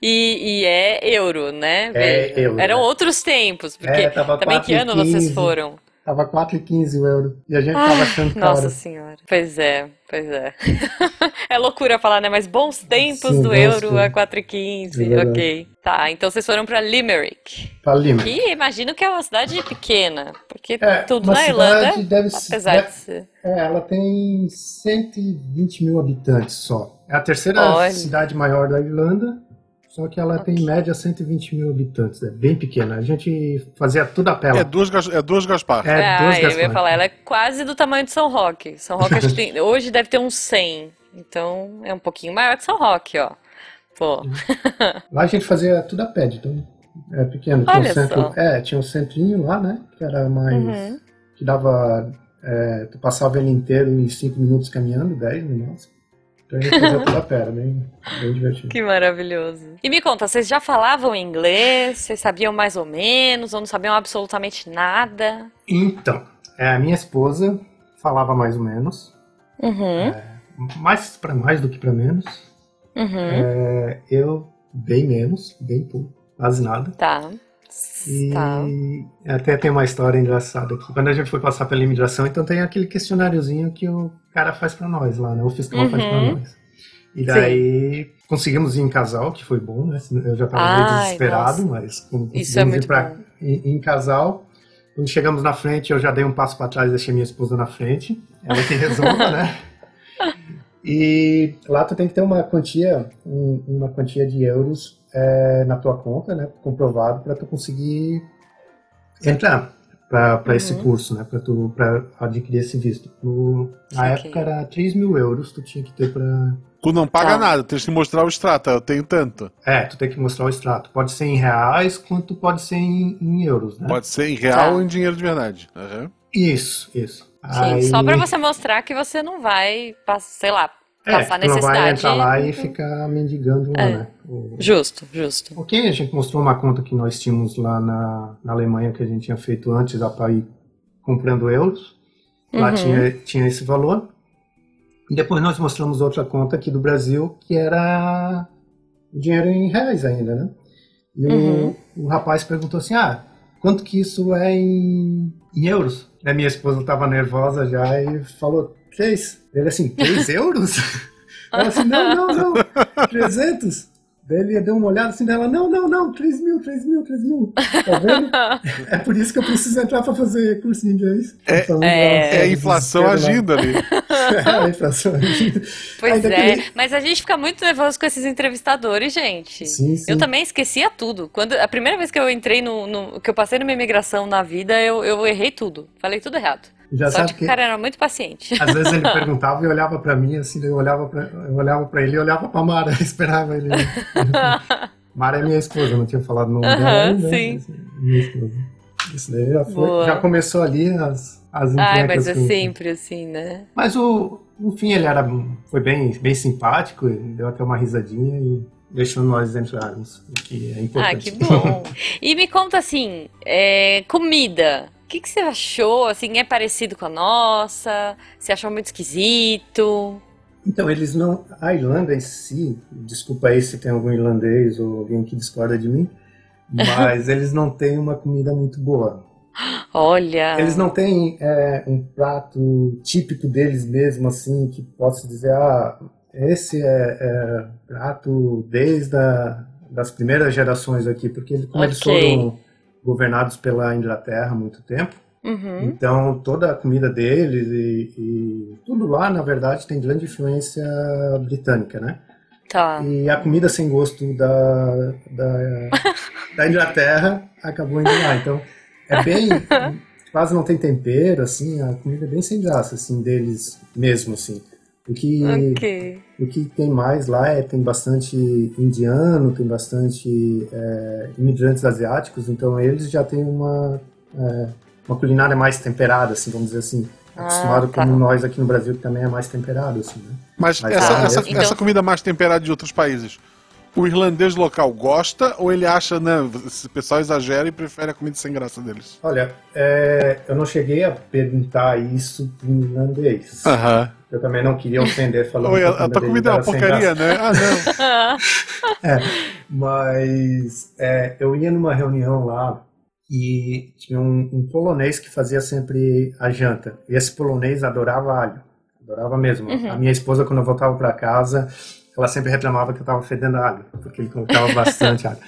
Speaker 1: E, e é euro, né? Veja.
Speaker 3: euro,
Speaker 1: Eram
Speaker 3: né?
Speaker 1: outros tempos, porque
Speaker 3: é, tava
Speaker 1: também que ano vocês
Speaker 3: 4,15,
Speaker 1: foram?
Speaker 3: tava 4,15 o euro e a gente
Speaker 1: Ah,
Speaker 3: tava achando caro
Speaker 1: Nossa senhora. Pois é, pois é. <laughs> É loucura falar, né? Mas bons tempos
Speaker 3: Sim,
Speaker 1: do
Speaker 3: bons
Speaker 1: euro a
Speaker 3: tempos. É
Speaker 1: 4,15.
Speaker 3: verdade.
Speaker 1: Ok. Tá, então vocês foram pra Limerick.
Speaker 3: pra Limerick
Speaker 1: Que imagino que é uma cidade pequena, porque
Speaker 3: é,
Speaker 1: tudo
Speaker 3: uma
Speaker 1: na Irlanda,
Speaker 3: cidade deve, se-
Speaker 1: apesar de ser.
Speaker 3: É, ela tem 120 mil habitantes só. É a terceira
Speaker 1: Olha.
Speaker 3: cidade maior da Irlanda, só que ela tem em média 120 mil habitantes. É bem pequena. A gente fazia tudo a pé
Speaker 2: É
Speaker 3: lá.
Speaker 2: duas, Gas- é duas Gaspar.
Speaker 3: É, dois
Speaker 1: ah, eu ia
Speaker 3: Gaspar.
Speaker 1: falar, ela é quase do tamanho de São Roque. São Roque acho que
Speaker 3: <laughs>
Speaker 1: tem- hoje deve ter uns 100. Então é um pouquinho maior que São Roque, ó. Pô,
Speaker 3: Lá a gente fazia tudo a pé, então é pequeno.
Speaker 1: Olha
Speaker 3: um centro,
Speaker 1: só.
Speaker 3: é, tinha um centrinho lá, né? Que era mais.
Speaker 1: Uhum.
Speaker 3: Que dava. é, tu passava ele inteiro em 5 minutos caminhando, 10 minutos. Então a gente fazia tudo a pé, era bem, bem
Speaker 1: <laughs>
Speaker 3: divertido.
Speaker 1: que maravilhoso. E me conta, vocês já falavam inglês? Vocês sabiam mais ou menos? Ou não sabiam absolutamente nada?
Speaker 3: Então, é, a minha esposa falava mais ou menos.
Speaker 1: Uhum.
Speaker 3: mais pra mais do que pra menos.
Speaker 1: Uhum.
Speaker 3: É, eu bem menos, bem pouco, quase nada.
Speaker 1: Tá.
Speaker 3: E
Speaker 1: Tá.
Speaker 3: até tem uma história engraçada aqui. Quando a gente foi passar pela imigração, então tem aquele questionáriozinho que o cara faz pra nós lá, né? O fiscal faz pra
Speaker 1: Uhum.
Speaker 3: nós. E daí conseguimos ir em casal, que foi bom, né? Eu já tava meio
Speaker 1: Ai,
Speaker 3: desesperado, mas como
Speaker 1: Isso é
Speaker 3: conseguimos ir
Speaker 1: muito
Speaker 3: pra,
Speaker 1: bom.
Speaker 3: em, em casal. Quando chegamos na frente, eu já dei um passo para trás, deixei minha esposa na frente. Ela que
Speaker 1: <laughs>
Speaker 3: resolva, né? E lá tu tem que ter uma quantia, um- uma quantia de euros eh, na tua conta, né? Comprovado para tu conseguir entrar para esse
Speaker 1: Uhum.
Speaker 3: curso, né? Para tu pra adquirir esse visto. No- na
Speaker 1: Saquei.
Speaker 3: época era 3 mil euros tu tinha que ter para
Speaker 2: Tu não paga
Speaker 1: Tá.
Speaker 2: nada, tens que mostrar o extrato. Eu tenho tanto.
Speaker 3: é, tu tem que mostrar o extrato. Pode ser em reais, quanto pode ser em, em euros, né?
Speaker 2: Pode ser em real
Speaker 1: Tá.
Speaker 2: ou em dinheiro de verdade. Aham.
Speaker 3: Isso, isso.
Speaker 1: Sim, só pra você mostrar que você não vai, pass- sei lá, passar
Speaker 3: tu É, não vai
Speaker 1: necessidade. né?
Speaker 3: entrar lá e ficar mendigando lá,
Speaker 1: É.
Speaker 3: né? O-
Speaker 1: Justo, justo.
Speaker 3: Ok, a gente mostrou uma conta que nós tínhamos lá na, na Alemanha que a gente tinha feito antes da para ir comprando euros. Lá
Speaker 1: Uhum.
Speaker 3: tinha, tinha esse valor. E depois nós mostramos outra conta aqui do Brasil que era dinheiro em reais ainda, né? E o-
Speaker 1: Uhum.
Speaker 3: o, rapaz perguntou assim: ah, quanto que isso é em, em euros? E a minha esposa estava nervosa já e falou: três. Ele assim:
Speaker 1: <laughs>
Speaker 3: três euros? Ela assim: não, não, não, 300. Daí ele deu uma olhada assim dela, não, não, não, 3 mil, 3 mil, 3 mil. Tá vendo?
Speaker 1: Uhum. <laughs>
Speaker 3: É por isso que eu preciso entrar pra fazer curso de inglês.
Speaker 2: É-
Speaker 3: Então,
Speaker 1: é-
Speaker 2: É a inflação
Speaker 3: desespero
Speaker 2: agindo ali.
Speaker 3: lá. <laughs> É a inflação agindo.
Speaker 1: Pois
Speaker 3: Ainda
Speaker 1: é,
Speaker 3: que-
Speaker 1: mas a gente fica muito nervoso com esses entrevistadores, gente.
Speaker 3: Sim, sim.
Speaker 1: Eu também esquecia tudo. Quando a primeira vez que eu entrei no, no- que eu passei numa imigração na vida, eu, eu errei tudo. Falei tudo errado.
Speaker 3: Já
Speaker 1: Só
Speaker 3: sabe
Speaker 1: que
Speaker 3: que
Speaker 1: o cara era muito
Speaker 3: <laughs>
Speaker 1: paciente.
Speaker 3: às vezes ele perguntava e olhava pra mim, assim, daí eu olhava pra, eu olhava pra ele e olhava pra Mara, <laughs> esperava ele. Mara é minha esposa, eu não tinha falado o nome dela
Speaker 1: Aham,
Speaker 3: ainda,
Speaker 1: sim.
Speaker 3: mas Minha esposa. Isso daí já, foi,
Speaker 1: Boa.
Speaker 3: já começou ali as,
Speaker 1: <laughs>
Speaker 3: as
Speaker 1: Ai,
Speaker 3: encrencas
Speaker 1: mas é
Speaker 3: com-
Speaker 1: sempre assim, né?
Speaker 3: Mas o, enfim, ele era foi bem, bem simpático, ele deu até uma risadinha e deixou nós entrarmos, o que é
Speaker 1: Ah, que
Speaker 3: importante. <laughs>
Speaker 1: bom. E me conta assim, é, comida. O que, que você achou? Assim, é parecido com a nossa? Você achou muito esquisito?
Speaker 3: Então, eles não. A Irlanda em si, desculpa aí se tem algum irlandês ou alguém que discorda de mim, mas eles não têm uma comida muito boa.
Speaker 1: Olha.
Speaker 3: Eles não têm é, um prato típico deles mesmo, assim, que possa dizer, ah, esse é, é prato desde a, das primeiras gerações aqui, porque ele- como eles
Speaker 1: Ok.
Speaker 3: foram governados pela Inglaterra há muito tempo,
Speaker 1: Uhum.
Speaker 3: então toda a comida deles e, e tudo lá, na verdade, tem grande influência britânica, né?
Speaker 1: Tá.
Speaker 3: E a comida sem gosto da,
Speaker 1: <laughs>
Speaker 3: da, da Inglaterra acabou indo lá. Então, é bem. Quase não tem tempero, assim, a comida é bem sem graça, assim, deles mesmo, assim. O que, <laughs>
Speaker 1: Ok.
Speaker 3: o que tem mais lá é tem bastante indiano, tem bastante é, imigrantes asiáticos, então eles já têm uma, é, uma culinária mais temperada, assim, vamos dizer assim.
Speaker 1: Ah,
Speaker 3: Acostumado
Speaker 1: tá.
Speaker 3: como nós aqui no Brasil, que também é mais temperado, assim, né?
Speaker 2: Mas
Speaker 3: Mas
Speaker 2: essa,
Speaker 3: tá.
Speaker 2: essa-
Speaker 1: Então-
Speaker 2: essa comida mais temperada de outros países, o irlandês local gosta ou ele acha, não, esse pessoal exagera e prefere a comida sem graça deles?
Speaker 3: Olha, é, eu não cheguei a perguntar isso pro irlandês.
Speaker 2: Aham.
Speaker 3: Eu também não queria ofender falando
Speaker 2: Ah. Oi,
Speaker 3: que
Speaker 2: a, a tua
Speaker 3: dele
Speaker 2: comida é uma
Speaker 3: era sem
Speaker 2: porcaria,
Speaker 3: graça.
Speaker 2: né? Ah,
Speaker 3: <laughs>
Speaker 2: não.
Speaker 3: Mas é, eu ia numa reunião lá e tinha um, um polonês que fazia sempre a janta. E esse polonês adorava alho. Adorava mesmo.
Speaker 1: Uhum.
Speaker 3: A minha esposa, quando eu voltava para casa, ela sempre reclamava que eu tava fedendo alho, porque ele colocava bastante alho.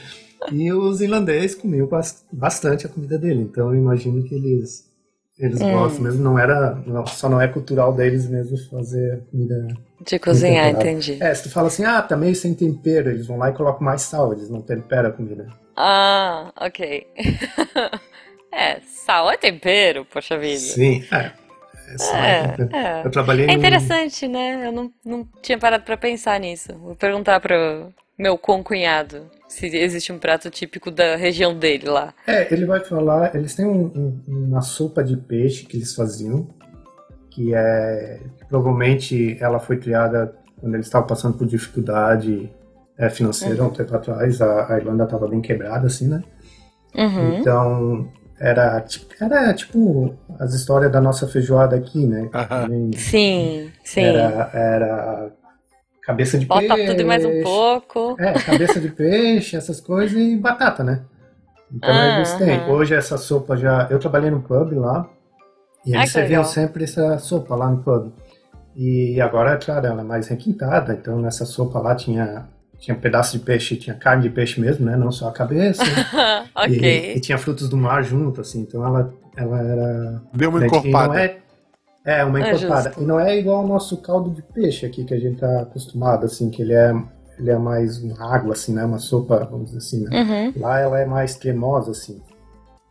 Speaker 3: E os irlandeses comiam bas- bastante a comida dele. Então eu imagino que eles, eles
Speaker 1: Hum.
Speaker 3: gostam mesmo. Não era, não- só não é cultural deles mesmo fazer comida
Speaker 1: De cozinhar,
Speaker 3: Muito
Speaker 1: entendi.
Speaker 3: é, se tu fala assim, ah, tá meio sem tempero, eles vão lá e colocam mais sal, eles não temperam a comida.
Speaker 1: Ah, ok. <laughs> é, sal é tempero, poxa vida.
Speaker 3: Sim, é. É, sal, é tempero.
Speaker 1: É, é.
Speaker 3: Eu trabalhei
Speaker 1: É
Speaker 3: num-
Speaker 1: interessante, né? Eu não, não tinha parado pra pensar nisso. Vou perguntar pro meu concunhado se existe um prato típico da região dele lá.
Speaker 3: É, ele vai falar, eles têm um- um- uma sopa de peixe que eles faziam, que é, provavelmente ela foi criada quando eles estavam passando por dificuldade é, financeira,
Speaker 1: Uhum.
Speaker 3: um tempo atrás, a, a Irlanda estava bem quebrada, assim, né?
Speaker 1: Uhum.
Speaker 3: Então, era, tipo- era tipo as histórias da nossa feijoada aqui, né?
Speaker 2: Aham.
Speaker 3: Também
Speaker 1: Sim, sim.
Speaker 3: Era, era cabeça de
Speaker 1: Bota
Speaker 3: peixe.
Speaker 1: tudo e mais um pouco. <laughs>
Speaker 3: É, cabeça de peixe, essas coisas e batata, né? Então
Speaker 1: Ah,
Speaker 3: eles têm.
Speaker 1: aham.
Speaker 3: Hoje essa sopa já. Eu trabalhei no pub lá e
Speaker 1: Ah,
Speaker 3: eles
Speaker 1: que
Speaker 3: serviam
Speaker 1: legal.
Speaker 3: sempre essa sopa lá no pub. E agora, claro, ela é mais requintada, então nessa sopa lá tinha, tinha um pedaço de peixe, tinha carne de peixe mesmo, né? Não só a cabeça. E- E,
Speaker 1: <laughs> ok.
Speaker 3: tinha frutos do mar junto, assim, então ela, ela era.
Speaker 2: Deu uma
Speaker 3: né, que
Speaker 2: encorpada.
Speaker 3: Não é, é, uma
Speaker 1: É
Speaker 3: encorpada.
Speaker 1: justo.
Speaker 3: e não é igual ao nosso caldo de peixe aqui que a gente tá acostumado, assim, que ele é, ele é mais uma água, assim, né? Uma sopa, vamos dizer assim, né?
Speaker 1: Uhum.
Speaker 3: Lá ela é mais cremosa, assim.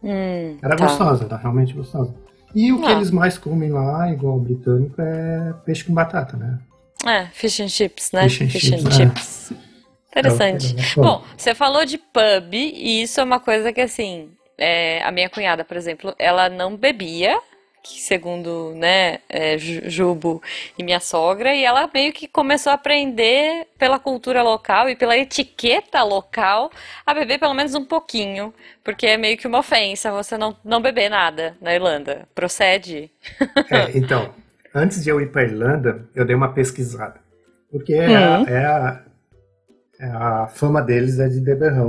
Speaker 1: Hum,
Speaker 3: Era
Speaker 1: tá.
Speaker 3: gostosa, era realmente gostosa. E o que
Speaker 1: Ah.
Speaker 3: eles mais comem lá, igual o britânico, é peixe com batata, né?
Speaker 1: É, fish and chips, né?
Speaker 3: Fish and chips, é.
Speaker 1: chips. Interessante.
Speaker 3: É o que eles mais comem.
Speaker 1: Bom, você falou de pub, e isso é uma coisa que, assim, é, a minha cunhada, por exemplo, ela não bebia, que segundo, né, é, Ju- Jubo e minha sogra, e ela meio que começou a aprender pela cultura local e pela etiqueta local a beber pelo menos um pouquinho, porque é meio que uma ofensa você não, não beber nada na Irlanda. Procede?
Speaker 3: <laughs> É, então, antes de eu ir para Irlanda, eu dei uma pesquisada. Porque é, a,
Speaker 1: Hum.
Speaker 3: é a- é a fama deles é de beberrão.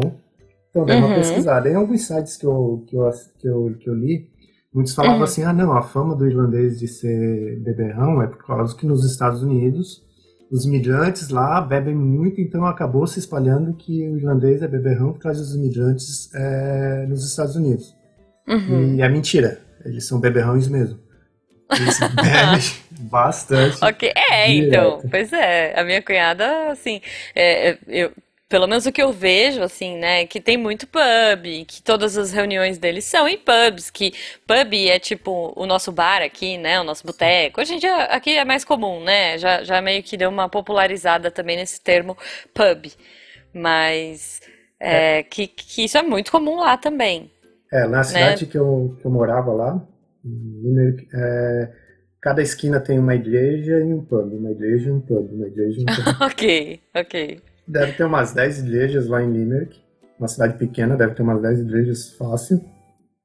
Speaker 3: Então, eu dei
Speaker 1: Uhum.
Speaker 3: uma pesquisada. Em alguns sites que eu, que eu, ass- que eu, que eu li, muitos falavam
Speaker 1: Uhum.
Speaker 3: assim: ah, não, a fama do irlandês de ser beberrão é por causa que nos Estados Unidos. Os imigrantes lá bebem muito, então acabou se espalhando que o irlandês é beberrão por causa dos imigrantes é, nos Estados Unidos.
Speaker 1: Uhum.
Speaker 3: E é mentira. Eles são beberrões mesmo. Eles bebem bastante.
Speaker 1: Ok, é,
Speaker 3: Direto.
Speaker 1: então, pois é, a minha cunhada, assim, é, é, eu, pelo menos o que eu vejo, assim, né, que tem muito pub, que todas as reuniões deles são em pubs, que pub é tipo o nosso bar aqui, né, o nosso boteco, hoje em dia aqui é mais comum, né, já, já meio que deu uma popularizada também nesse termo pub, mas é, que, que isso é muito comum lá também.
Speaker 3: É, na cidade que, eu, que eu morava lá, em Limerick, é, cada esquina tem uma igreja e um pub, uma igreja e um pub, uma igreja e
Speaker 1: <laughs>
Speaker 3: um pub.
Speaker 1: Ok, ok.
Speaker 3: deve ter umas 10 igrejas lá em Limerick, uma cidade pequena, deve ter umas 10 igrejas fácil,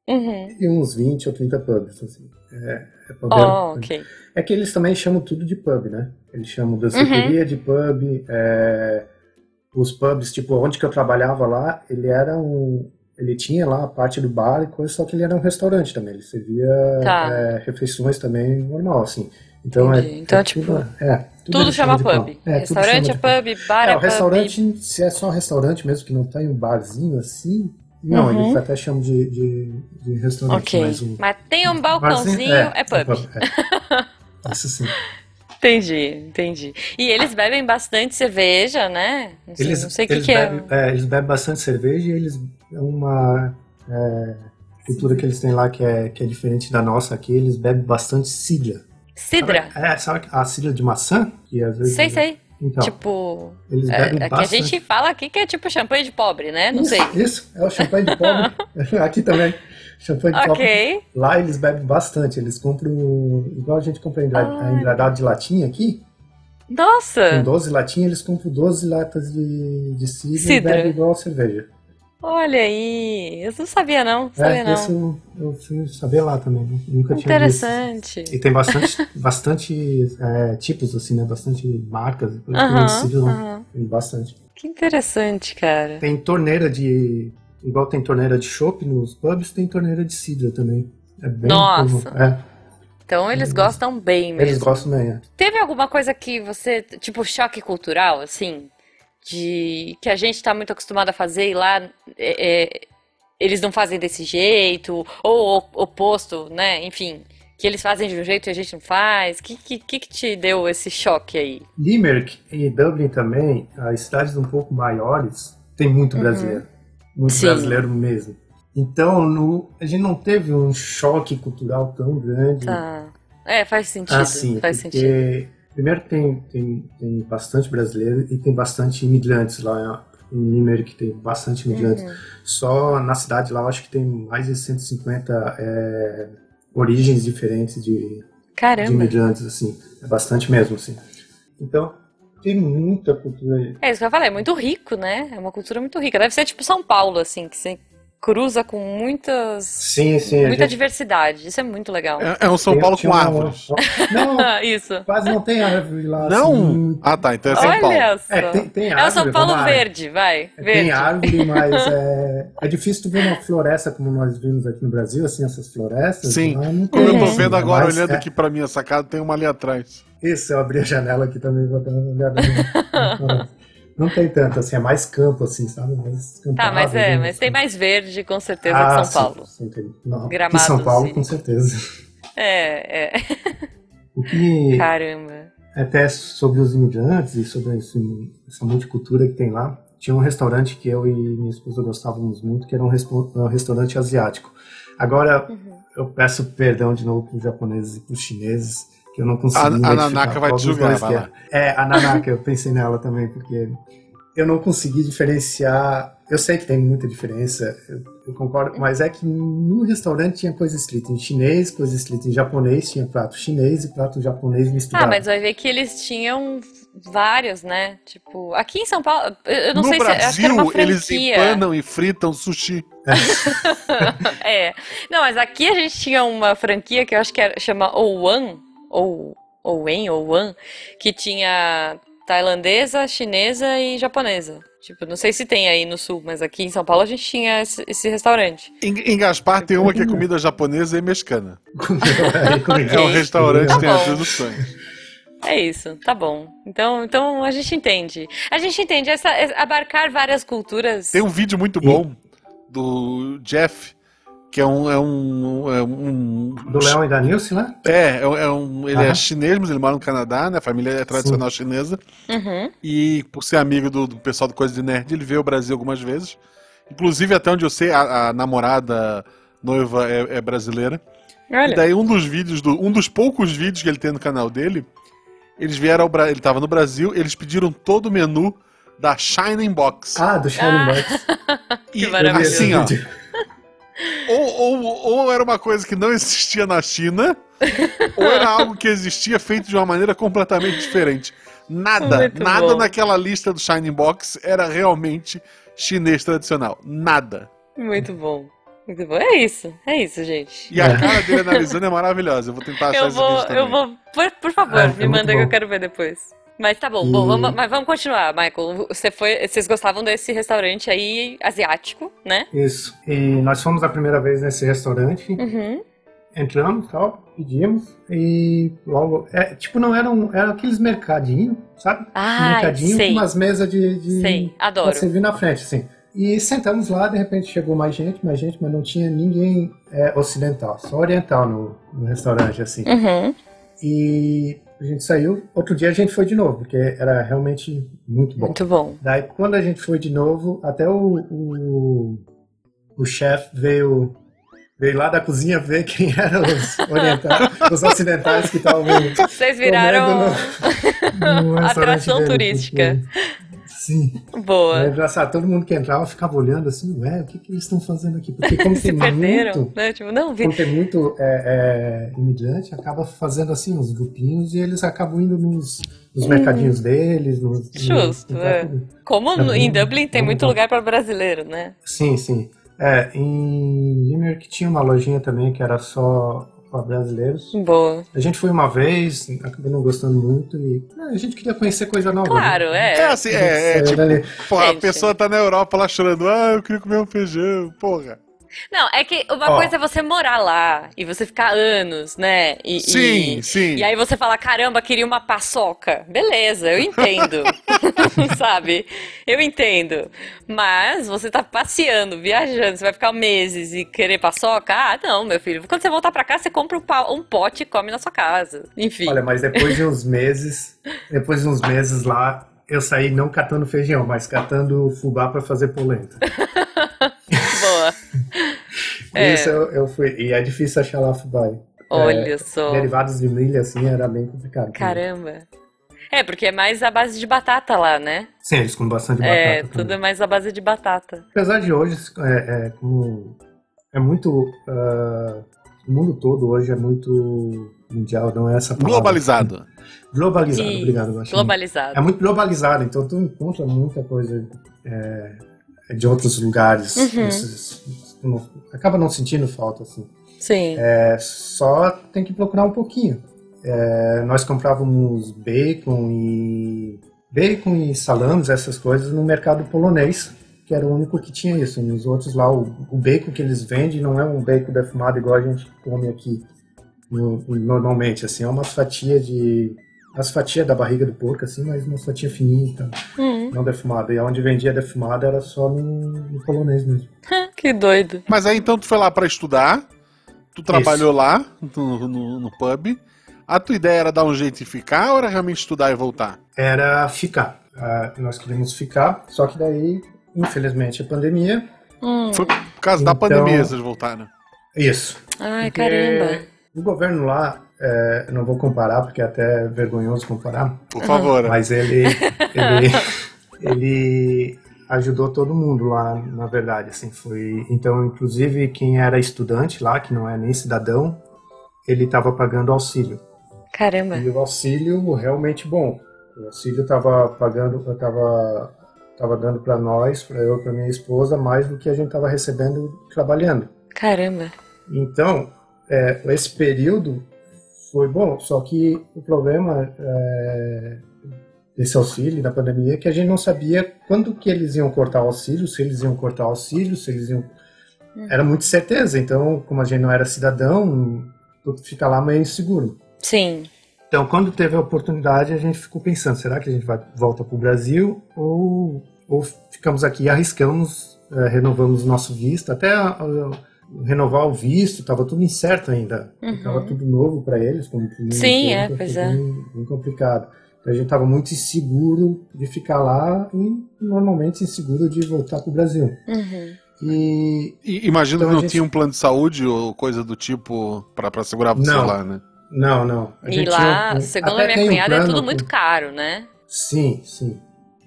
Speaker 1: Uhum.
Speaker 3: e uns 20 ou 30 pubs, assim. É, é pubeiro.
Speaker 1: Oh, ok.
Speaker 3: É que eles também chamam tudo de pub, né? Eles chamam danceteria
Speaker 1: Uhum.
Speaker 3: de pub. é, Os pubs, tipo, onde que eu trabalhava lá, ele era um. Ele tinha lá a parte do bar e coisa, só que ele era um restaurante também. Ele servia
Speaker 1: Tá,
Speaker 3: é, refeições também normal, assim. Então, é,
Speaker 1: Entendi. Então,
Speaker 3: é
Speaker 1: tipo,
Speaker 3: tudo, é, tudo
Speaker 1: Tudo
Speaker 3: eles chamam
Speaker 1: chama
Speaker 3: de
Speaker 1: pub.
Speaker 3: É, tudo chama
Speaker 1: Restaurante
Speaker 3: de
Speaker 1: é pub, bar
Speaker 3: É,
Speaker 1: é
Speaker 3: o
Speaker 1: pub.
Speaker 3: restaurante, se é só restaurante mesmo, que não tem um barzinho assim, não,
Speaker 1: Uhum.
Speaker 3: eles até chamam de, de, de restaurante.
Speaker 1: Ok.
Speaker 3: Mas um
Speaker 1: Mas tem um
Speaker 3: barzinho
Speaker 1: balcãozinho, é, pub. <laughs>
Speaker 3: é. Isso sim.
Speaker 1: Entendi, entendi. E eles bebem bastante cerveja, né? Não sei, não sei o que,
Speaker 3: Ah. eles
Speaker 1: que é.
Speaker 3: bebem, é, eles bebem bastante cerveja e eles é uma é, cultura que eles têm lá que é, que é diferente da nossa aqui, eles bebem bastante cidra.
Speaker 1: Cidra.
Speaker 3: Sabe- É, sabe a cidra de maçã? Que às vezes,
Speaker 1: Sei, sei.
Speaker 3: Então,
Speaker 1: Tipo,
Speaker 3: eles
Speaker 1: é,
Speaker 3: bebem
Speaker 1: é que a
Speaker 3: bastante.
Speaker 1: gente fala aqui que é tipo champanhe de pobre, né? Não sei.
Speaker 3: Isso, isso, é o champanhe
Speaker 1: <laughs>
Speaker 3: de pobre. aqui também, champanhe de pobre.
Speaker 1: Ok.
Speaker 3: Lá eles bebem bastante, eles compram, igual a gente compra
Speaker 1: Ah.
Speaker 3: engradado de latinha aqui, com
Speaker 1: Nossa,
Speaker 3: 12 latinhas, eles compram 12 latas de, de cidra,
Speaker 1: Cidra.
Speaker 3: e bebem igual cerveja.
Speaker 1: olha aí. Eu não sabia não, não sabia
Speaker 3: É,
Speaker 1: não.
Speaker 3: isso eu- eu fui saber lá também. né? Nunca tinha visto.
Speaker 1: Interessante.
Speaker 3: E tem bastante, <laughs> bastante é, tipos, assim, né? Bastante marcas. Uhum,
Speaker 1: Aham, aham.
Speaker 3: Tem bastante.
Speaker 1: Que interessante, cara.
Speaker 3: Tem torneira de... Igual tem torneira de chopp nos pubs, tem torneira de cidra também. É bem
Speaker 1: Nossa.
Speaker 3: comum. É,
Speaker 1: Então eles gostam bem mesmo.
Speaker 3: eles gostam bem. é.
Speaker 1: Teve alguma coisa que você, tipo, choque cultural, assim, de que a gente tá muito acostumado a fazer e lá é, é, eles não fazem desse jeito, ou o oposto, né? Enfim, que eles fazem de um jeito e a gente não faz. Que que, que que te deu esse choque aí?
Speaker 3: Limerick e Dublin também, as cidades um pouco maiores, tem muito brasileiro. Muito
Speaker 1: Uhum. Sim.
Speaker 3: brasileiro mesmo. Então, no- a gente não teve um choque cultural tão grande.
Speaker 1: Tá. É, faz sentido.
Speaker 3: Hum. Ah, sim,
Speaker 1: faz
Speaker 3: porque
Speaker 1: sentido.
Speaker 3: primeiro tem, tem, tem bastante brasileiro e tem bastante imigrantes lá em Limerick, tem bastante imigrantes.
Speaker 1: Uhum.
Speaker 3: Só na cidade lá, eu acho que tem mais de 150 é, origens diferentes de, de
Speaker 1: Caramba.
Speaker 3: imigrantes, assim. É bastante mesmo, assim. Então, tem muita cultura aí.
Speaker 1: É isso que eu falei, é muito rico, né? É uma cultura muito rica. Deve ser tipo São Paulo, assim, que você cruza com muitas,
Speaker 3: Sim, sim. a
Speaker 1: muita
Speaker 3: gente
Speaker 1: diversidade. Isso é muito legal.
Speaker 2: É, é um São
Speaker 3: tem-
Speaker 2: Paulo
Speaker 3: tinha
Speaker 2: com
Speaker 3: uma-
Speaker 2: árvores.
Speaker 3: <laughs>
Speaker 1: <laughs>
Speaker 3: Não,
Speaker 1: Isso.
Speaker 3: quase não tem árvore lá.
Speaker 2: Não?
Speaker 3: assim.
Speaker 2: Ah, tá. Então é São Paulo.
Speaker 1: Olha só.
Speaker 3: É, tem, tem
Speaker 1: É
Speaker 3: árvore.
Speaker 1: o São
Speaker 3: vamos
Speaker 1: Paulo
Speaker 3: lá.
Speaker 1: verde, vai.
Speaker 3: É,
Speaker 1: Verde.
Speaker 3: Tem
Speaker 1: <laughs>
Speaker 3: árvore, mas é, é difícil tu ver uma floresta como nós vimos aqui no Brasil, assim, essas florestas.
Speaker 2: Sim.
Speaker 3: lá não
Speaker 2: Como eu tô
Speaker 3: tem,
Speaker 2: vendo
Speaker 3: assim,
Speaker 2: agora,
Speaker 3: mas
Speaker 2: olhando
Speaker 3: é-
Speaker 2: aqui pra minha sacada, tem uma ali atrás.
Speaker 3: Isso, eu abri a janela aqui também, vou dar uma olhada. na floresta. Não tem tanto, assim, é mais campo, assim, sabe? Mais
Speaker 1: Tá,
Speaker 3: campada,
Speaker 1: mas é,
Speaker 3: né?
Speaker 1: mas tem mais verde, com certeza,
Speaker 3: Ah,
Speaker 1: que São Paulo.
Speaker 3: Sim, sim, tem. Não, que
Speaker 1: Gramado,
Speaker 3: São Paulo,
Speaker 1: sim.
Speaker 3: com certeza.
Speaker 1: É, é.
Speaker 3: O que
Speaker 1: Caramba.
Speaker 3: até sobre os imigrantes e sobre esse- essa multicultura que tem lá, tinha um restaurante que eu e minha esposa gostávamos muito, que era um, respo- um restaurante asiático. Agora,
Speaker 1: Uhum.
Speaker 3: eu peço perdão de novo para os japoneses e para os chineses, que eu não consegui
Speaker 2: A- a
Speaker 3: identificar
Speaker 2: Nanaka vai
Speaker 3: qual
Speaker 2: te
Speaker 3: dos
Speaker 2: julgar,
Speaker 3: dois
Speaker 2: vai
Speaker 3: que é.
Speaker 2: lá.
Speaker 3: É, a Nanaka, eu pensei nela também, porque eu não consegui diferenciar. Eu sei que tem muita diferença, eu, eu concordo, mas é que no restaurante tinha coisa escrita em chinês, coisa escrita em japonês, tinha prato chinês e prato japonês misturado.
Speaker 1: Ah, mas vai ver que eles tinham vários, né? Tipo, aqui em São Paulo, eu eu não
Speaker 2: no
Speaker 1: sei se acho que era uma
Speaker 2: Brasil, eles
Speaker 1: franquia.
Speaker 2: empanam e fritam sushi.
Speaker 1: <laughs> É. Não, mas aqui a gente tinha uma franquia que eu acho que era, chama Owan, ou Owen, Owan, que tinha tailandesa, chinesa e japonesa. Tipo, não sei se tem aí no sul, mas aqui em São Paulo a gente tinha esse, esse restaurante.
Speaker 2: Em, em Gaspar tem
Speaker 3: Hum.
Speaker 2: uma que é comida japonesa e mexicana.
Speaker 1: <laughs>
Speaker 2: É um
Speaker 1: Ok.
Speaker 2: restaurante,
Speaker 1: Tá
Speaker 2: tem
Speaker 1: bom.
Speaker 2: as duas opções.
Speaker 1: É isso, tá bom. Então, então a gente entende. A gente entende essa, essa- abarcar várias culturas.
Speaker 2: Tem um vídeo muito bom do Jeff, que é um. É um, é um
Speaker 3: Do Leão e da Nilce, né?
Speaker 2: É, é um- é um- ele é
Speaker 3: Aham.
Speaker 2: chinês, mas ele mora no Canadá, né? A família é tradicional chinesa.
Speaker 1: Uhum.
Speaker 2: E por ser amigo do, do pessoal do Coisa de Nerd, ele veio ao Brasil algumas vezes. Inclusive, até onde eu sei, a, a namorada noiva é, é brasileira. E
Speaker 1: Olha.
Speaker 2: daí um dos vídeos, do, um dos poucos vídeos que ele tem no canal dele, eles vieram ao Brasil, ele tava no Brasil, eles pediram todo o menu da Shining Box.
Speaker 3: Ah, do
Speaker 1: Ah,
Speaker 3: Charlie Marks.
Speaker 1: <laughs>
Speaker 2: e
Speaker 1: maravilhoso.
Speaker 2: assim, ó, ou, ou- ou era uma coisa que não existia
Speaker 1: <laughs>
Speaker 2: na China, ou era algo que existia feito de uma maneira completamente diferente. Nada,
Speaker 1: Muito
Speaker 2: nada
Speaker 1: bom.
Speaker 2: naquela lista do Shining Box era realmente chinês tradicional. Nada.
Speaker 1: Muito bom. Muito bom. É isso, é isso, gente.
Speaker 2: E a
Speaker 3: É.
Speaker 2: cara dele analisando é maravilhosa. Eu vou tentar achar
Speaker 1: Eu
Speaker 2: esse
Speaker 1: vou,
Speaker 2: vídeo também.
Speaker 1: eu vou. Por, por favor,
Speaker 3: Ah, é
Speaker 1: me
Speaker 3: muito
Speaker 1: manda que eu
Speaker 3: bom.
Speaker 1: quero ver depois. Mas tá bom,
Speaker 3: E-
Speaker 1: bom, vamos, mas vamos continuar, Michael. Você foi, vocês gostavam desse restaurante aí asiático, né?
Speaker 3: Isso. E nós fomos a primeira vez nesse restaurante,
Speaker 1: Uhum.
Speaker 3: entramos, tal, pedimos e logo, é, tipo, não era um, era aqueles mercadinho, sabe?
Speaker 1: Ah,
Speaker 3: mercadinho
Speaker 1: sei.
Speaker 3: com umas mesas de, de
Speaker 1: Sei,
Speaker 3: pra
Speaker 1: adoro.
Speaker 3: servir na frente, assim. E sentamos lá, de repente chegou mais gente, mais gente, mas não tinha ninguém é, ocidental, só oriental no, no restaurante, assim.
Speaker 1: Uhum.
Speaker 3: E a gente saiu, outro dia a gente foi de novo, porque era realmente muito bom.
Speaker 1: Muito
Speaker 3: <laughs>
Speaker 1: bom.
Speaker 3: Daí, quando a gente foi de novo, até o, o, o chefe veio, veio lá da cozinha ver quem <laughs> eram os orientais, os ocidentais que estavam
Speaker 1: Vocês viraram
Speaker 3: né? no, no restaurante
Speaker 1: atração
Speaker 3: dele,
Speaker 1: turística.
Speaker 3: porque- sim. É
Speaker 1: boa.
Speaker 3: engraçado, todo mundo que entrava ficava olhando assim, ué, o que, que eles estão fazendo aqui? Porque como
Speaker 1: <laughs> Se
Speaker 3: tem
Speaker 1: perderam,
Speaker 3: muito,
Speaker 1: né? Tipo, não, vi.
Speaker 3: como tem muito é, é, imigrante, acaba fazendo assim uns grupinhos e eles acabam indo nos, nos mercadinhos deles. Nos, nos-
Speaker 1: Hum. Justo, é. Como no- em Dublin tem
Speaker 3: Tá
Speaker 1: muito
Speaker 3: bom.
Speaker 1: lugar para brasileiro, né?
Speaker 3: Sim, sim. É, em Limerick tinha uma lojinha também que era só para brasileiros.
Speaker 1: Boa.
Speaker 3: A gente foi uma vez, acabei não gostando muito e é, a gente queria conhecer coisa nova. né?
Speaker 1: Claro,
Speaker 2: É,
Speaker 1: é.
Speaker 2: assim, é, é, tipo, pô, a
Speaker 1: Gente.
Speaker 2: pessoa tá na Europa lá chorando, ah, eu queria comer um feijão, porra.
Speaker 1: Não, é que uma
Speaker 3: Ó.
Speaker 1: coisa é você morar lá e você ficar anos, né? E,
Speaker 2: sim,
Speaker 1: e-
Speaker 2: sim.
Speaker 1: E aí você fala, caramba, queria uma paçoca. Beleza, eu entendo. <laughs> Sabe? Eu entendo. Mas você tá passeando, viajando, você vai ficar meses e querer paçoca? Ah, não, meu filho. Quando você voltar pra cá, você compra um, pa- um pote e come na sua casa. Enfim.
Speaker 3: Olha, mas depois
Speaker 2: <laughs>
Speaker 3: de uns meses, depois de uns meses lá, eu saí não catando feijão, mas catando fubá para fazer polenta.
Speaker 1: Boa. <laughs> É.
Speaker 3: Isso eu, eu fui. E é difícil achar lá fubá.
Speaker 1: Olha só.
Speaker 3: Derivados de milho assim era bem complicado.
Speaker 1: Oh. Caramba. É, porque é mais a base de batata lá, né?
Speaker 3: Sim, eles com bastante batata.
Speaker 1: É,
Speaker 3: também.
Speaker 1: tudo é mais a base de batata.
Speaker 3: Apesar de hoje, é, é, como é muito. ah, o mundo todo hoje é muito mundial, não é essa palavra.
Speaker 2: Globalizado.
Speaker 3: Globalizado,
Speaker 1: Isso,
Speaker 3: obrigado, Guaxinim.
Speaker 1: Globalizado.
Speaker 3: É muito globalizado, então tu encontra muita coisa é, de é, outros lugares.
Speaker 1: Uhum.
Speaker 3: Esses- não- acaba não sentindo falta, assim.
Speaker 1: Sim.
Speaker 3: É, só tem que procurar um pouquinho. É, nós comprávamos bacon e bacon e salames, essas coisas, no mercado polonês, que era o único que tinha isso. Nos outros lá, o, o bacon que eles vendem não é um bacon defumado igual a gente come aqui no- normalmente, assim, é uma fatia de as fatias da barriga do porco, assim, mas uma fatia fininha e tal,
Speaker 1: Hum,
Speaker 3: não defumada. E onde vendia defumada era só no, no polonês mesmo.
Speaker 1: que doido.
Speaker 2: Mas aí então tu foi lá pra estudar, tu trabalhou lá no, no- no pub. A tua ideia era dar um jeito e ficar ou era realmente estudar e voltar?
Speaker 3: era ficar. Ah, nós queríamos ficar, só que daí, infelizmente, a pandemia.
Speaker 1: Hum.
Speaker 2: Foi por causa da
Speaker 3: Então-
Speaker 2: pandemia vocês voltaram. né?
Speaker 3: Isso.
Speaker 1: Ai,
Speaker 3: Porque
Speaker 1: caramba.
Speaker 3: O governo lá, eh, eu não vou comparar, porque é até vergonhoso comparar,
Speaker 2: Por favor.
Speaker 1: <laughs>
Speaker 3: mas ele, ele, ele ajudou todo mundo lá, na verdade, assim, foi, então, inclusive, quem era estudante lá, que não é nem cidadão, ele estava pagando auxílio.
Speaker 1: Caramba.
Speaker 3: E o auxílio realmente bom. O auxílio tava pagando, eu tava, tava dando para nós, para eu, para minha esposa, mais do que a gente tava recebendo trabalhando.
Speaker 1: Caramba.
Speaker 3: Então, é, esse período foi bom, só que o problema é, desse auxílio da pandemia é que a gente não sabia quando que eles iam cortar o auxílio, se eles iam cortar o auxílio, se eles iam... Era muito certeza, então, como a gente não era cidadão, tudo fica lá meio inseguro.
Speaker 1: Sim.
Speaker 3: Então, quando teve a oportunidade, a gente ficou pensando: será que a gente vai, volta para o Brasil ou, ou ficamos aqui e arriscamos, eh, renovamos nosso visto? Até ah, ah, renovar o visto estava tudo incerto ainda,
Speaker 1: Uhum.
Speaker 3: estava tudo novo para eles, como que
Speaker 1: Sim,
Speaker 3: ninguém
Speaker 1: é,
Speaker 3: nunca,
Speaker 1: pois
Speaker 3: foi
Speaker 1: é.
Speaker 3: Bem, bem complicado. Então, a gente estava muito inseguro de ficar lá e normalmente inseguro de voltar para o Brasil.
Speaker 1: Uhum.
Speaker 3: E
Speaker 2: E imagino
Speaker 3: Então
Speaker 2: que
Speaker 3: a
Speaker 2: não
Speaker 3: gente-
Speaker 2: tinha um plano de saúde ou coisa do tipo pra, pra segurar você
Speaker 3: Não.
Speaker 2: lá, né?
Speaker 3: não, não. A
Speaker 1: E
Speaker 3: gente
Speaker 1: lá,
Speaker 3: tinha um-
Speaker 1: segundo
Speaker 3: até
Speaker 1: a minha
Speaker 3: tem um
Speaker 1: cunhada, é
Speaker 3: plano
Speaker 1: tudo
Speaker 3: com-
Speaker 1: muito caro, né?
Speaker 3: Sim, sim.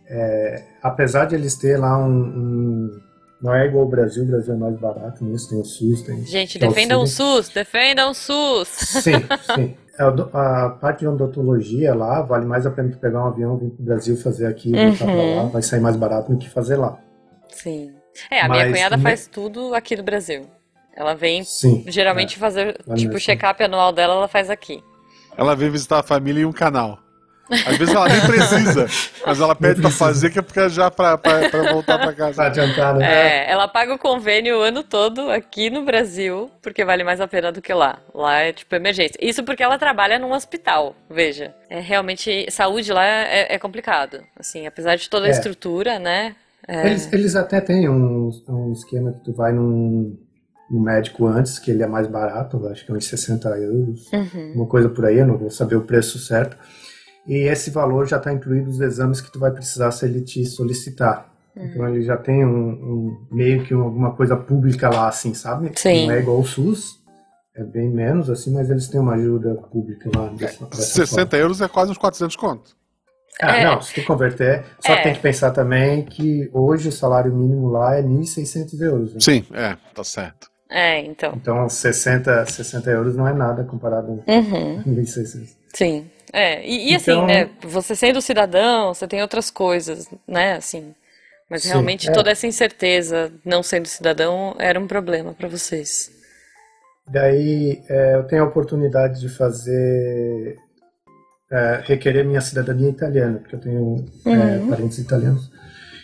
Speaker 3: É, apesar de eles terem lá um, um- Não é igual o Brasil, o Brasil é mais barato mesmo, tem o SUS, tem.
Speaker 1: Gente,
Speaker 3: Então,
Speaker 1: defendam o
Speaker 3: sim.
Speaker 1: SUS, defendam o SUS.
Speaker 3: Sim, sim.
Speaker 1: <laughs>
Speaker 3: É, o do- A parte de odontologia lá vale mais a pena tu pegar um avião, vir pro Brasil, fazer aqui, voltar pra
Speaker 1: Uhum.
Speaker 3: lá, vai sair mais barato do que fazer lá.
Speaker 1: Sim. É, a minha
Speaker 3: Mas
Speaker 1: cunhada
Speaker 3: no-
Speaker 1: faz tudo aqui do Brasil. Ela vem
Speaker 3: Sim. É.
Speaker 1: geralmente fazer,
Speaker 3: Lá
Speaker 1: tipo, o
Speaker 3: mesmo.
Speaker 1: check-up anual dela, ela faz aqui.
Speaker 2: Ela veio visitar a família e um canal. Às vezes ela nem
Speaker 3: <laughs>
Speaker 2: precisa, mas ela pede pra fazer que é porque é já pra, pra, pra voltar pra
Speaker 3: É, pra
Speaker 2: casa.
Speaker 3: adiantar, né?
Speaker 1: É, ela paga o convênio o ano todo aqui no Brasil, porque vale mais a pena do que lá. Lá é tipo emergência. Isso porque ela trabalha num hospital, veja. É realmente, saúde lá é, é complicado. Assim, apesar de toda a
Speaker 3: É.
Speaker 1: estrutura, né? É,
Speaker 3: Eles, eles até têm um, um esquema que tu vai num, num médico antes, que ele é mais barato, eu acho que é uns 60 euros.
Speaker 1: Uhum.
Speaker 3: uma coisa por aí, eu não vou saber o preço certo. E esse valor já está incluído os exames que tu vai precisar se ele te solicitar.
Speaker 1: Hum.
Speaker 3: Então ele já tem um, um- meio que alguma coisa pública lá, assim, sabe?
Speaker 1: Sim.
Speaker 3: Não é igual o SUS, é bem menos assim, mas eles têm uma ajuda pública lá. Dessa, dessa
Speaker 2: 60 É, euros é quase uns 400 conto.
Speaker 3: forma. Ah,
Speaker 1: É.
Speaker 3: não, se tu converter, só
Speaker 1: É.
Speaker 3: que tem que pensar também que hoje o salário mínimo lá é 1.600 euros. Né?
Speaker 2: Sim, é, tá certo.
Speaker 1: É, então.
Speaker 3: Então 60, 60 euros não é nada comparado
Speaker 1: Uhum.
Speaker 3: a 1.600.
Speaker 1: Sim. É, e, e assim,
Speaker 3: Então-
Speaker 1: né? Você sendo cidadão, você tem outras coisas, né? Assim. Mas
Speaker 3: Sim,
Speaker 1: realmente
Speaker 3: é.
Speaker 1: toda essa incerteza, não sendo cidadão, era um problema pra vocês.
Speaker 3: Daí eh, eu tenho a oportunidade de fazer eh, requerer minha cidadania italiana, porque eu tenho eh,
Speaker 1: Uhum.
Speaker 3: parentes italianos.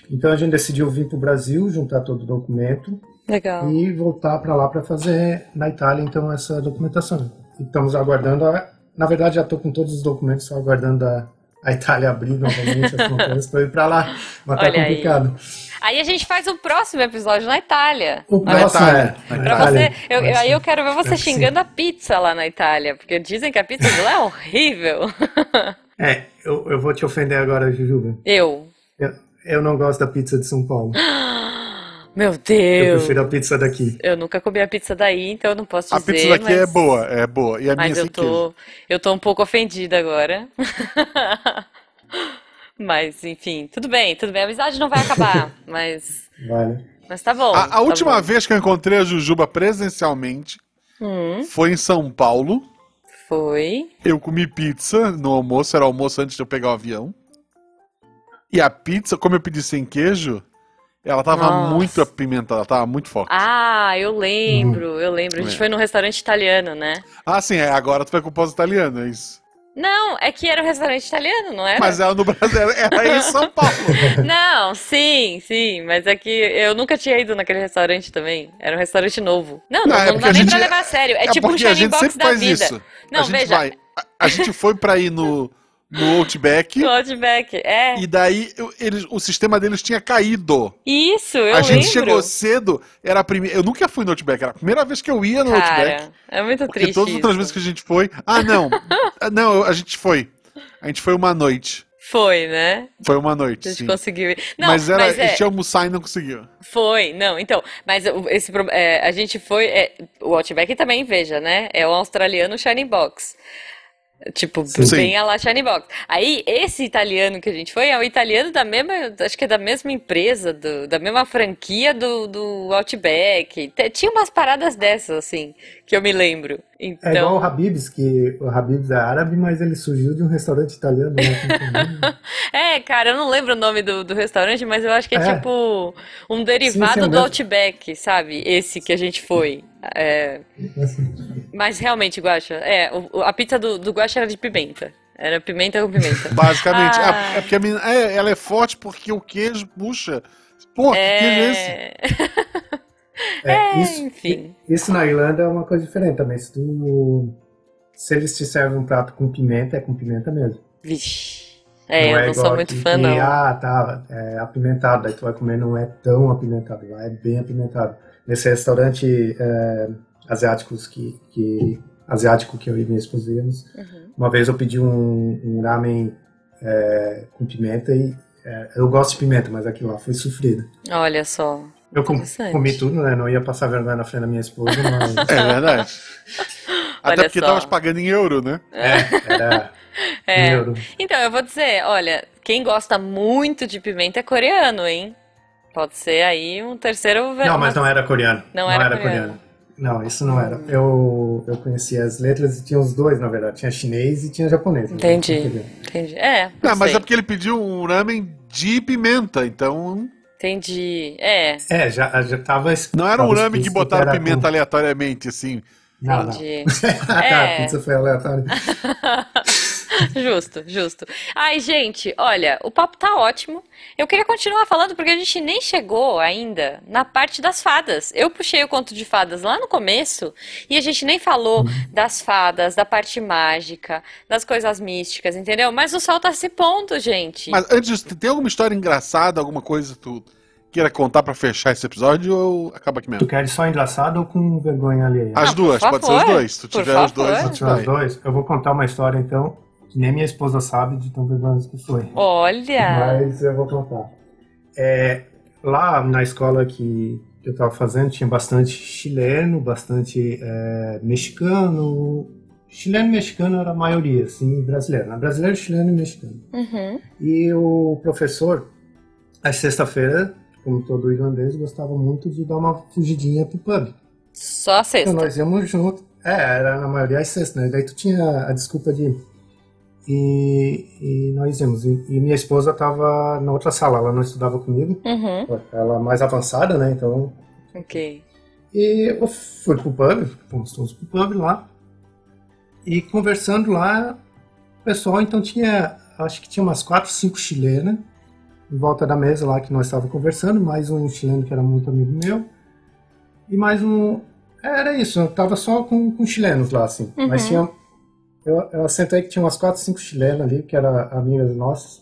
Speaker 3: Então a gente decidiu vir para o Brasil, juntar todo o documento
Speaker 1: Legal.
Speaker 3: e voltar para lá para fazer na Itália então essa documentação. E Estamos aguardando, a, na verdade já estou com todos os documentos, só aguardando a, a Itália abrir novamente as fronteiras para ir para lá, mas tá
Speaker 1: Olha aí.
Speaker 3: complicado.
Speaker 1: Aí a gente faz o próximo episódio na Itália.
Speaker 3: O
Speaker 2: Na
Speaker 3: próximo
Speaker 2: Itália.
Speaker 3: é-
Speaker 2: Pra
Speaker 3: na
Speaker 1: Pra
Speaker 3: Itália.
Speaker 1: você, eu- eu- aí eu quero ver você
Speaker 3: Deve ser.
Speaker 1: xingando a pizza lá na Itália, porque dizem que a pizza de lá é horrível.
Speaker 3: É, eu, eu vou te ofender agora, Jujuba.
Speaker 1: Eu.
Speaker 3: Eu, eu não gosto da pizza de São Paulo.
Speaker 1: Meu
Speaker 3: Eu
Speaker 1: Deus.
Speaker 3: prefiro a pizza daqui.
Speaker 1: Eu nunca comi a pizza daí, então eu não posso
Speaker 2: A
Speaker 1: dizer,
Speaker 2: pizza daqui
Speaker 1: mas,
Speaker 2: é boa, é boa. E a minha
Speaker 1: mas eu
Speaker 2: sem queijo.
Speaker 1: tô, eu tô um pouco ofendida agora. <laughs> Mas, enfim, tudo bem, tudo bem. A amizade não vai acabar, mas,
Speaker 3: Vale.
Speaker 1: mas tá bom.
Speaker 2: A, a
Speaker 1: tá
Speaker 2: última
Speaker 1: bom.
Speaker 2: vez que eu encontrei a Jujuba presencialmente
Speaker 1: Hum,
Speaker 2: foi em São Paulo.
Speaker 1: foi.
Speaker 2: Eu comi pizza no almoço, era almoço antes de eu pegar o avião. E a pizza, como eu pedi sem queijo, Ela tava
Speaker 1: Nossa.
Speaker 2: muito apimentada, ela tava muito forte. Ah,
Speaker 1: Ah, eu lembro, eu lembro. A gente
Speaker 2: É.
Speaker 1: foi num restaurante italiano, né?
Speaker 2: sim, é, agora tu vai com pose italiana, é isso.
Speaker 1: Não, é que era um restaurante italiano, não era?
Speaker 2: Mas é. ela no Brasil, era- era em São Paulo.
Speaker 1: <laughs> Não, sim, sim, mas é que eu nunca tinha ido naquele restaurante também. Era um restaurante novo. Não,
Speaker 2: Não,
Speaker 1: não,
Speaker 2: é
Speaker 1: não
Speaker 2: porque a
Speaker 1: dá nem
Speaker 2: gente-
Speaker 1: pra levar a sério. É,
Speaker 2: É,
Speaker 1: tipo um
Speaker 2: porque a
Speaker 1: shining
Speaker 2: gente
Speaker 1: box
Speaker 2: sempre
Speaker 1: da
Speaker 2: faz
Speaker 1: vida.
Speaker 2: isso. a
Speaker 1: Não,
Speaker 2: gente
Speaker 1: veja,
Speaker 2: vai. A, a gente foi pra ir no, no Outback
Speaker 1: o Outback, <laughs> é.
Speaker 2: e daí eu- eles, o sistema deles tinha caído.
Speaker 1: Isso, eu
Speaker 2: a
Speaker 1: lembro.
Speaker 2: gente chegou cedo, era a primeira. Eu nunca fui no Outback, era a primeira vez que eu ia no Outback.
Speaker 1: Cara, é muito
Speaker 2: Porque
Speaker 1: triste
Speaker 2: todas as outras
Speaker 1: isso.
Speaker 2: vezes que a gente foi. Ah,
Speaker 1: <laughs>
Speaker 2: não! Ah, não, eu- a gente foi. A gente foi uma noite.
Speaker 1: Foi, né?
Speaker 2: Foi uma noite,
Speaker 1: A gente
Speaker 2: sim.
Speaker 1: conseguiu ir. Não,
Speaker 2: mas era.
Speaker 1: é,
Speaker 2: Eles tinham almoçar e não conseguiu.
Speaker 1: Foi, não, então, mas o- esse pro- é, a gente foi, é, o Outback também, veja, né? É o australiano Shining Box. Tipo,
Speaker 2: Sim.
Speaker 1: bem a lá Shining Box. Aí, esse italiano que a gente foi é o italiano da mesma, acho que é da mesma empresa, do- da mesma franquia do, do Outback. Te- Tinha umas paradas dessas, assim, que eu me lembro.
Speaker 3: É igual
Speaker 1: Então,
Speaker 3: o Habib's, que o Habib's é árabe, mas ele surgiu de um restaurante italiano. Né?
Speaker 1: é, cara, eu não lembro o nome do, do restaurante, mas eu acho que é,
Speaker 3: É.
Speaker 1: tipo um derivado do
Speaker 3: mesmo.
Speaker 1: Outback, sabe? Esse que a gente foi. É. Mas realmente, Guaxa, é, o- o- a pizza do, do Guaxa era de pimenta. Era pimenta com
Speaker 3: <laughs>
Speaker 1: pimenta. <laughs>
Speaker 2: Basicamente.
Speaker 1: Ah.
Speaker 2: É, é porque a menina. é, ela é forte porque o queijo puxa. Porra, que queijo é esse?
Speaker 1: é...
Speaker 3: É, isso,
Speaker 1: Enfim.
Speaker 3: isso na Irlanda é uma coisa diferente também. Se, tu, se eles te servem um prato com pimenta, é com pimenta mesmo.
Speaker 1: Vixe. É, eu
Speaker 3: é
Speaker 1: não sou
Speaker 3: igual
Speaker 1: muito
Speaker 3: aqui
Speaker 1: fã,
Speaker 3: que,
Speaker 1: não.
Speaker 3: Ah, tá, é apimentado. Aí tu vai comer, não é tão apimentado. Lá é bem apimentado. Nesse restaurante é, asiáticos que, que- asiático que eu e minha esposa íamos,
Speaker 1: Uhum.
Speaker 3: Uma vez eu pedi um, um ramen é, com pimenta e é, eu gosto de pimenta, mas aquilo lá foi sofrido.
Speaker 1: Olha só.
Speaker 3: Eu com-
Speaker 1: Interessante.
Speaker 3: comi tudo, né? Não ia passar vergonha na frente da minha esposa,
Speaker 1: <laughs>
Speaker 3: mas
Speaker 2: É verdade. Até
Speaker 1: Olha
Speaker 2: porque
Speaker 1: só.
Speaker 2: tava pagando em euro, né?
Speaker 3: era
Speaker 1: É.
Speaker 3: dinheiro.
Speaker 1: Então, eu vou dizer, olha, quem gosta muito de pimenta é coreano, hein? Pode ser aí um terceiro... ve-
Speaker 3: Não, mas não é. era coreano.
Speaker 1: Não era coreano.
Speaker 3: Não, isso não era. Eu, eu conhecia as letras e tinha os dois, na verdade. Tinha chinês e tinha japonês. né?
Speaker 1: Entendi.
Speaker 3: Entendeu?
Speaker 1: Entendi. É, não
Speaker 2: Não, mas
Speaker 1: sei.
Speaker 2: é porque ele pediu um ramen de pimenta, então.
Speaker 1: Entendi. É,
Speaker 3: É, já, já tava. es-
Speaker 2: Não era um
Speaker 3: tava
Speaker 2: ramen que
Speaker 3: explícito
Speaker 2: botaram
Speaker 3: era com-
Speaker 2: pimenta aleatoriamente, assim.
Speaker 3: Não, não.
Speaker 1: entendi.
Speaker 3: <laughs>
Speaker 1: <laughs>
Speaker 3: tá,
Speaker 1: É.
Speaker 3: a pizza foi aleatória.
Speaker 1: Justo, justo. Ai, gente, olha, o papo tá ótimo. Eu queria continuar falando porque a gente nem chegou ainda na parte das fadas. Eu puxei o conto de fadas lá no começo e a gente nem falou
Speaker 3: Uhum.
Speaker 1: das fadas, da parte mágica, das coisas místicas, entendeu? Mas o sol tá se pondo, gente.
Speaker 2: Mas antes disso, tem alguma história engraçada, alguma coisa que tu queira contar pra fechar esse episódio ou acaba aqui
Speaker 3: Tu
Speaker 2: mesmo?
Speaker 3: queres só engraçado ou com vergonha alheia?
Speaker 2: As
Speaker 1: Ah,
Speaker 2: duas,
Speaker 1: por
Speaker 2: pode ser os
Speaker 1: favor,
Speaker 2: dois. Se tu
Speaker 1: por
Speaker 2: tiver os dois,
Speaker 1: favor.
Speaker 2: a
Speaker 3: Só
Speaker 2: gente
Speaker 3: tirar os
Speaker 2: vai.
Speaker 3: dois, eu vou contar uma história então, que nem minha esposa sabe de tão vergonhosa que foi.
Speaker 1: Olha,
Speaker 3: Mas eu vou contar. É, lá na escola que eu estava fazendo, tinha bastante chileno, bastante é, mexicano. Chileno e mexicano era a maioria, assim, brasileiro. né? Brasileiro, chileno e mexicano.
Speaker 1: Uhum.
Speaker 3: E o professor, às sexta-feira, como todo irlandês, gostava muito de dar uma fugidinha pro pub.
Speaker 1: só a
Speaker 3: Então,
Speaker 1: sexta.
Speaker 3: nós íamos junto. É, era na maioria às sextas, né? Daí tu tinha a desculpa de. E, e nós íamos. E, e minha esposa tava na outra sala, ela não estudava comigo.
Speaker 1: Uhum,
Speaker 3: Ela mais avançada, né? Então.
Speaker 1: ok.
Speaker 3: E eu fui pro pub, fomos todos pro pub lá. E conversando lá, o pessoal então tinha. Acho que tinha umas quatro, cinco chilenas em volta da mesa lá que nós estávamos conversando, mais um chileno que era muito amigo meu. E mais um. Era isso, eu tava só com, com chilenos lá, assim.
Speaker 1: Uhum.
Speaker 3: Mas tinha. Eu, eu sentei que tinha umas quatro, cinco chilenas ali, que eram amigas nossas.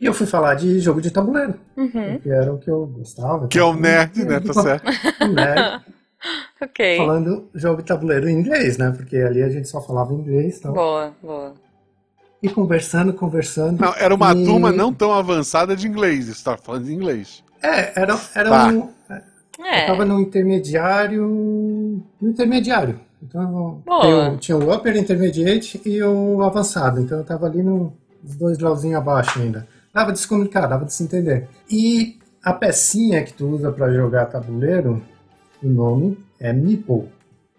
Speaker 3: E eu fui falar de jogo de tabuleiro,
Speaker 1: Uhum,
Speaker 3: que era o que eu gostava.
Speaker 2: Que é um nerd, né? Tá certo.
Speaker 3: Um nerd,
Speaker 1: ok.
Speaker 3: falando jogo de tabuleiro em inglês, né? Porque ali a gente só falava inglês e tal.
Speaker 1: Boa, boa.
Speaker 3: E conversando, conversando.
Speaker 2: Não, era uma
Speaker 3: E-
Speaker 2: turma não tão avançada de inglês, você tá falando de inglês.
Speaker 3: É, era, era
Speaker 2: Tá.
Speaker 3: um. Eu
Speaker 1: É,
Speaker 3: tava no intermediário. No intermediário. Então,
Speaker 1: Boa.
Speaker 3: tem o- tinha o upper intermediate e o avançado. Então, eu tava ali no, nos dois lauzinhos abaixo ainda. Dava de se comunicar, dava de se entender. E a pecinha que tu usa pra jogar tabuleiro, o nome é Meeple.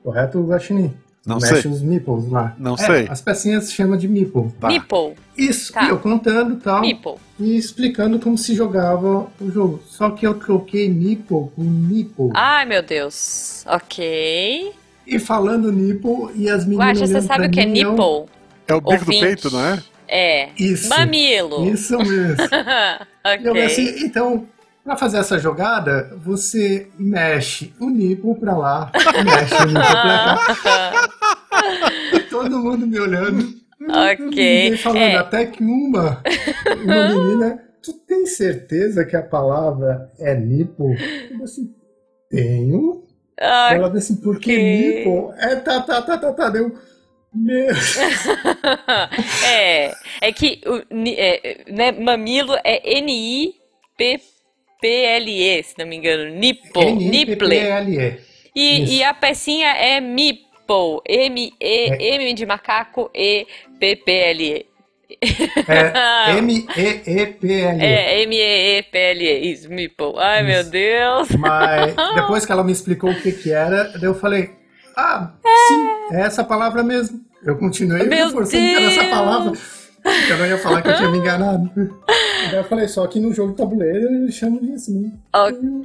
Speaker 3: Correto, Guaxinim?
Speaker 2: Não
Speaker 3: mexe
Speaker 2: sei.
Speaker 3: os meeples lá.
Speaker 2: Não
Speaker 3: É,
Speaker 2: sei.
Speaker 3: As pecinhas se chama de meeple.
Speaker 2: Tá.
Speaker 1: Meeple.
Speaker 3: Isso,
Speaker 1: Tá.
Speaker 3: e eu contando e tal,
Speaker 1: Meeple.
Speaker 3: e explicando como se jogava o jogo. Só que eu troquei meeple por nipple.
Speaker 1: Ai, meu Deus. Ok.
Speaker 3: E falando nipple, e as meninas
Speaker 1: Guaxa, você
Speaker 3: olhando
Speaker 1: sabe
Speaker 3: pra
Speaker 1: o que é
Speaker 3: mim, eu-
Speaker 1: nipple?
Speaker 2: É o bico do
Speaker 1: Ouvinte.
Speaker 2: peito, não é?
Speaker 1: É.
Speaker 3: Isso,
Speaker 1: Mamilo.
Speaker 3: isso mesmo.
Speaker 1: <laughs> ok.
Speaker 3: Eu
Speaker 1: <laughs>
Speaker 3: assim, então, pra fazer essa jogada, você mexe o nipo pra lá, mexe o nipo
Speaker 1: <laughs>
Speaker 3: pra cá, todo mundo me olhando.
Speaker 1: ok.
Speaker 3: Ninguém falando,
Speaker 1: É.
Speaker 3: até que uma,
Speaker 1: <laughs>
Speaker 3: uma menina, tu tem certeza que a palavra é nipo? Eu assim, tenho.
Speaker 1: Ah,
Speaker 3: Ela disse, assim, por que
Speaker 1: Ok.
Speaker 3: nipo? É, tá, tá, tá, tá, tá, deu. Meu,
Speaker 1: é, é que o ni- é, né, mamilo é N-I-P-P-L-E, se não me engano. Nipple, nipple.
Speaker 3: N-I-P-P-L-E.
Speaker 1: E, e
Speaker 3: Isso.
Speaker 1: a pecinha é meeple. M-E-M de macaco <laughs> E-P-P-L-E. Ah.
Speaker 3: É M-E-E-P-L-E.
Speaker 1: É, M-E-E-P-L-E. Isso, meeple. Ai, meu
Speaker 3: Isso.
Speaker 1: Deus. <laughs>
Speaker 3: Mas depois que ela me explicou o que que era, daí eu falei, ah, sim, é essa palavra mesmo. Eu continuei
Speaker 1: Meu
Speaker 3: reforçando que era essa
Speaker 1: Deus!
Speaker 3: palavra. Eu não ia falar que eu tinha me enganado. Daí eu falei, só que no jogo de tabuleiro eles chamam de assim.
Speaker 1: Ok.
Speaker 3: No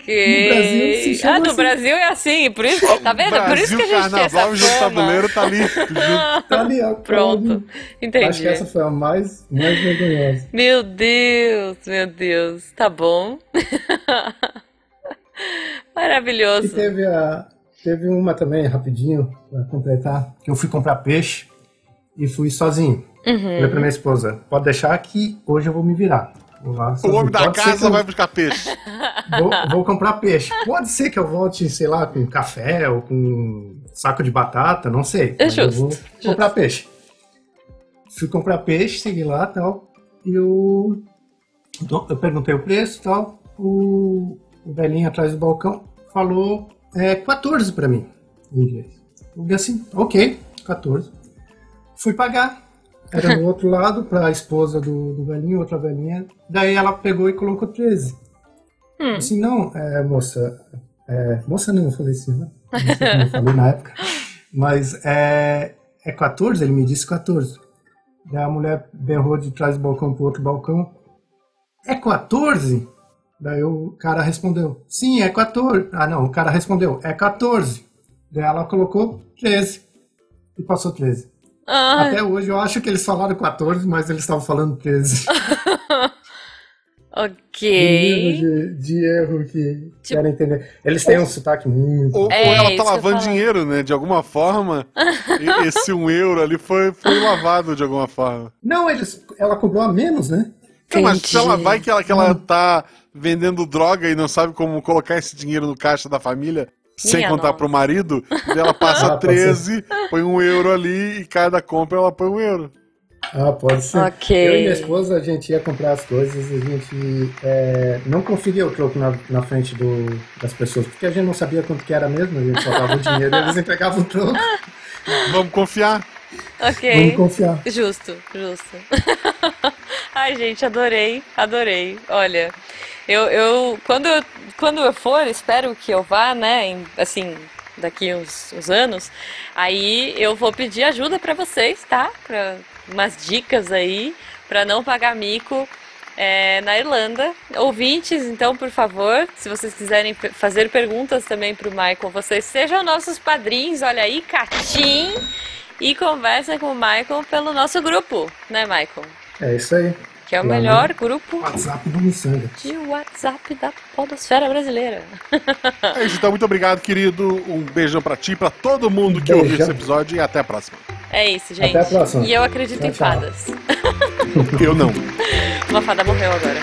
Speaker 3: Brasil se chama
Speaker 1: ah, no
Speaker 3: assim.
Speaker 1: Brasil é assim, por isso, tá vendo?
Speaker 2: Brasil,
Speaker 1: por isso que a gente tem
Speaker 2: carnaval,
Speaker 1: essa
Speaker 2: o jogo
Speaker 1: fama. Ah,
Speaker 2: tabuleiro tá ali.
Speaker 1: <laughs>
Speaker 2: junto.
Speaker 3: Tá ali, ó, Uhum.
Speaker 1: Pronto, entendi.
Speaker 3: Acho que essa foi a mais, mais vergonhosa.
Speaker 1: Meu Deus, meu Deus, tá bom. <laughs>
Speaker 3: E
Speaker 1: Maravilhoso.
Speaker 3: teve, a, teve uma também, rapidinho, pra completar, que eu fui comprar peixe e fui sozinho.
Speaker 1: Uhum.
Speaker 3: Falei pra minha esposa, pode deixar que hoje eu vou me virar. Vou lá
Speaker 2: O
Speaker 3: sozinho.
Speaker 2: homem da
Speaker 3: Pode ser que
Speaker 2: casa
Speaker 3: eu-
Speaker 2: vai buscar peixe.
Speaker 3: Vou, vou comprar peixe. Pode ser que eu volte, sei lá, com café ou com saco de batata, não sei.
Speaker 1: É
Speaker 3: Mas eu
Speaker 1: justo,
Speaker 3: vou comprar peixe. Fui comprar peixe, segui lá e tal. E o. do- Eu perguntei o preço e tal. O, o velhinho atrás do balcão falou é, 14 pra mim, em inglês. Eu disse assim, ok, 14. Fui pagar. Era
Speaker 1: <laughs>
Speaker 3: do outro lado, pra esposa do, do velhinho, outra velhinha. Daí ela pegou e colocou 13.
Speaker 1: Hum.
Speaker 3: Assim, não, é, moça. é, moça não, eu falei assim, né? Não sei como eu falei na época. Mas é, é 14? Ele me disse 14. Daí a mulher berrou de trás do balcão pro outro balcão. É 14? Daí o cara respondeu, sim, é 14. Ah, não, o cara respondeu, é 14. Daí ela colocou 13. E passou 13.
Speaker 1: Ah,
Speaker 3: Até hoje eu acho que eles falaram 14, mas eles estavam falando 13.
Speaker 1: ok.
Speaker 3: Nível De, de erro que
Speaker 1: Tipo-
Speaker 3: querem entender. Eles têm um sotaque muito.
Speaker 2: Ou, ou
Speaker 1: É,
Speaker 2: ela
Speaker 1: isso que
Speaker 2: tá
Speaker 1: eu
Speaker 2: lavando
Speaker 1: falo.
Speaker 2: dinheiro, né? De alguma forma, e- esse um euro ali foi, foi lavado de alguma forma.
Speaker 3: Não, eles, ela cobrou a menos, né?
Speaker 2: Então, mas
Speaker 1: Entendi.
Speaker 2: se ela vai que ela, que ela tá vendendo droga e não sabe como colocar esse dinheiro no caixa da família, sem
Speaker 1: Minha
Speaker 2: contar
Speaker 1: nossa.
Speaker 2: pro marido, e ela passa
Speaker 3: <laughs> Ah, pode
Speaker 2: 13, põe um euro ali e cada compra ela põe um euro.
Speaker 3: Ah, pode ser.
Speaker 1: Ok.
Speaker 3: Eu e minha esposa, a gente ia comprar as coisas e a gente é, não conseguia o troco na, na frente do, das pessoas, porque a gente não sabia quanto que era mesmo, a gente só dava o dinheiro e eles entregavam o troco.
Speaker 2: Vamos confiar?
Speaker 1: Ok.
Speaker 3: Vamos confiar.
Speaker 1: Justo, justo. <laughs> Ai, gente, adorei, adorei. Olha, eu, eu quando, eu- quando eu for, espero que eu vá, né? em- assim, daqui uns, uns anos, aí eu vou pedir ajuda pra vocês, tá? Pra umas dicas aí pra não pagar mico. é, na Irlanda. Ouvintes, então, por favor, se vocês quiserem pe- fazer perguntas também pro Michael, vocês sejam nossos padrinhos. Olha aí, Catim e conversa com o Michael pelo nosso grupo, né, Michael?
Speaker 3: É isso aí.
Speaker 1: Que é o
Speaker 3: Lá, né?
Speaker 1: melhor grupo
Speaker 3: WhatsApp do Missanga.
Speaker 1: de WhatsApp da Podosfera Brasileira.
Speaker 2: É isso, então, muito obrigado, querido. Um beijão pra ti, pra todo mundo que ouviu
Speaker 3: Beijão.
Speaker 2: esse episódio e até a próxima.
Speaker 1: É isso, gente.
Speaker 3: Até a próxima.
Speaker 1: E eu acredito
Speaker 3: Tchau,
Speaker 1: em
Speaker 3: tchau.
Speaker 1: fadas.
Speaker 2: Eu não.
Speaker 1: Uma fada morreu agora.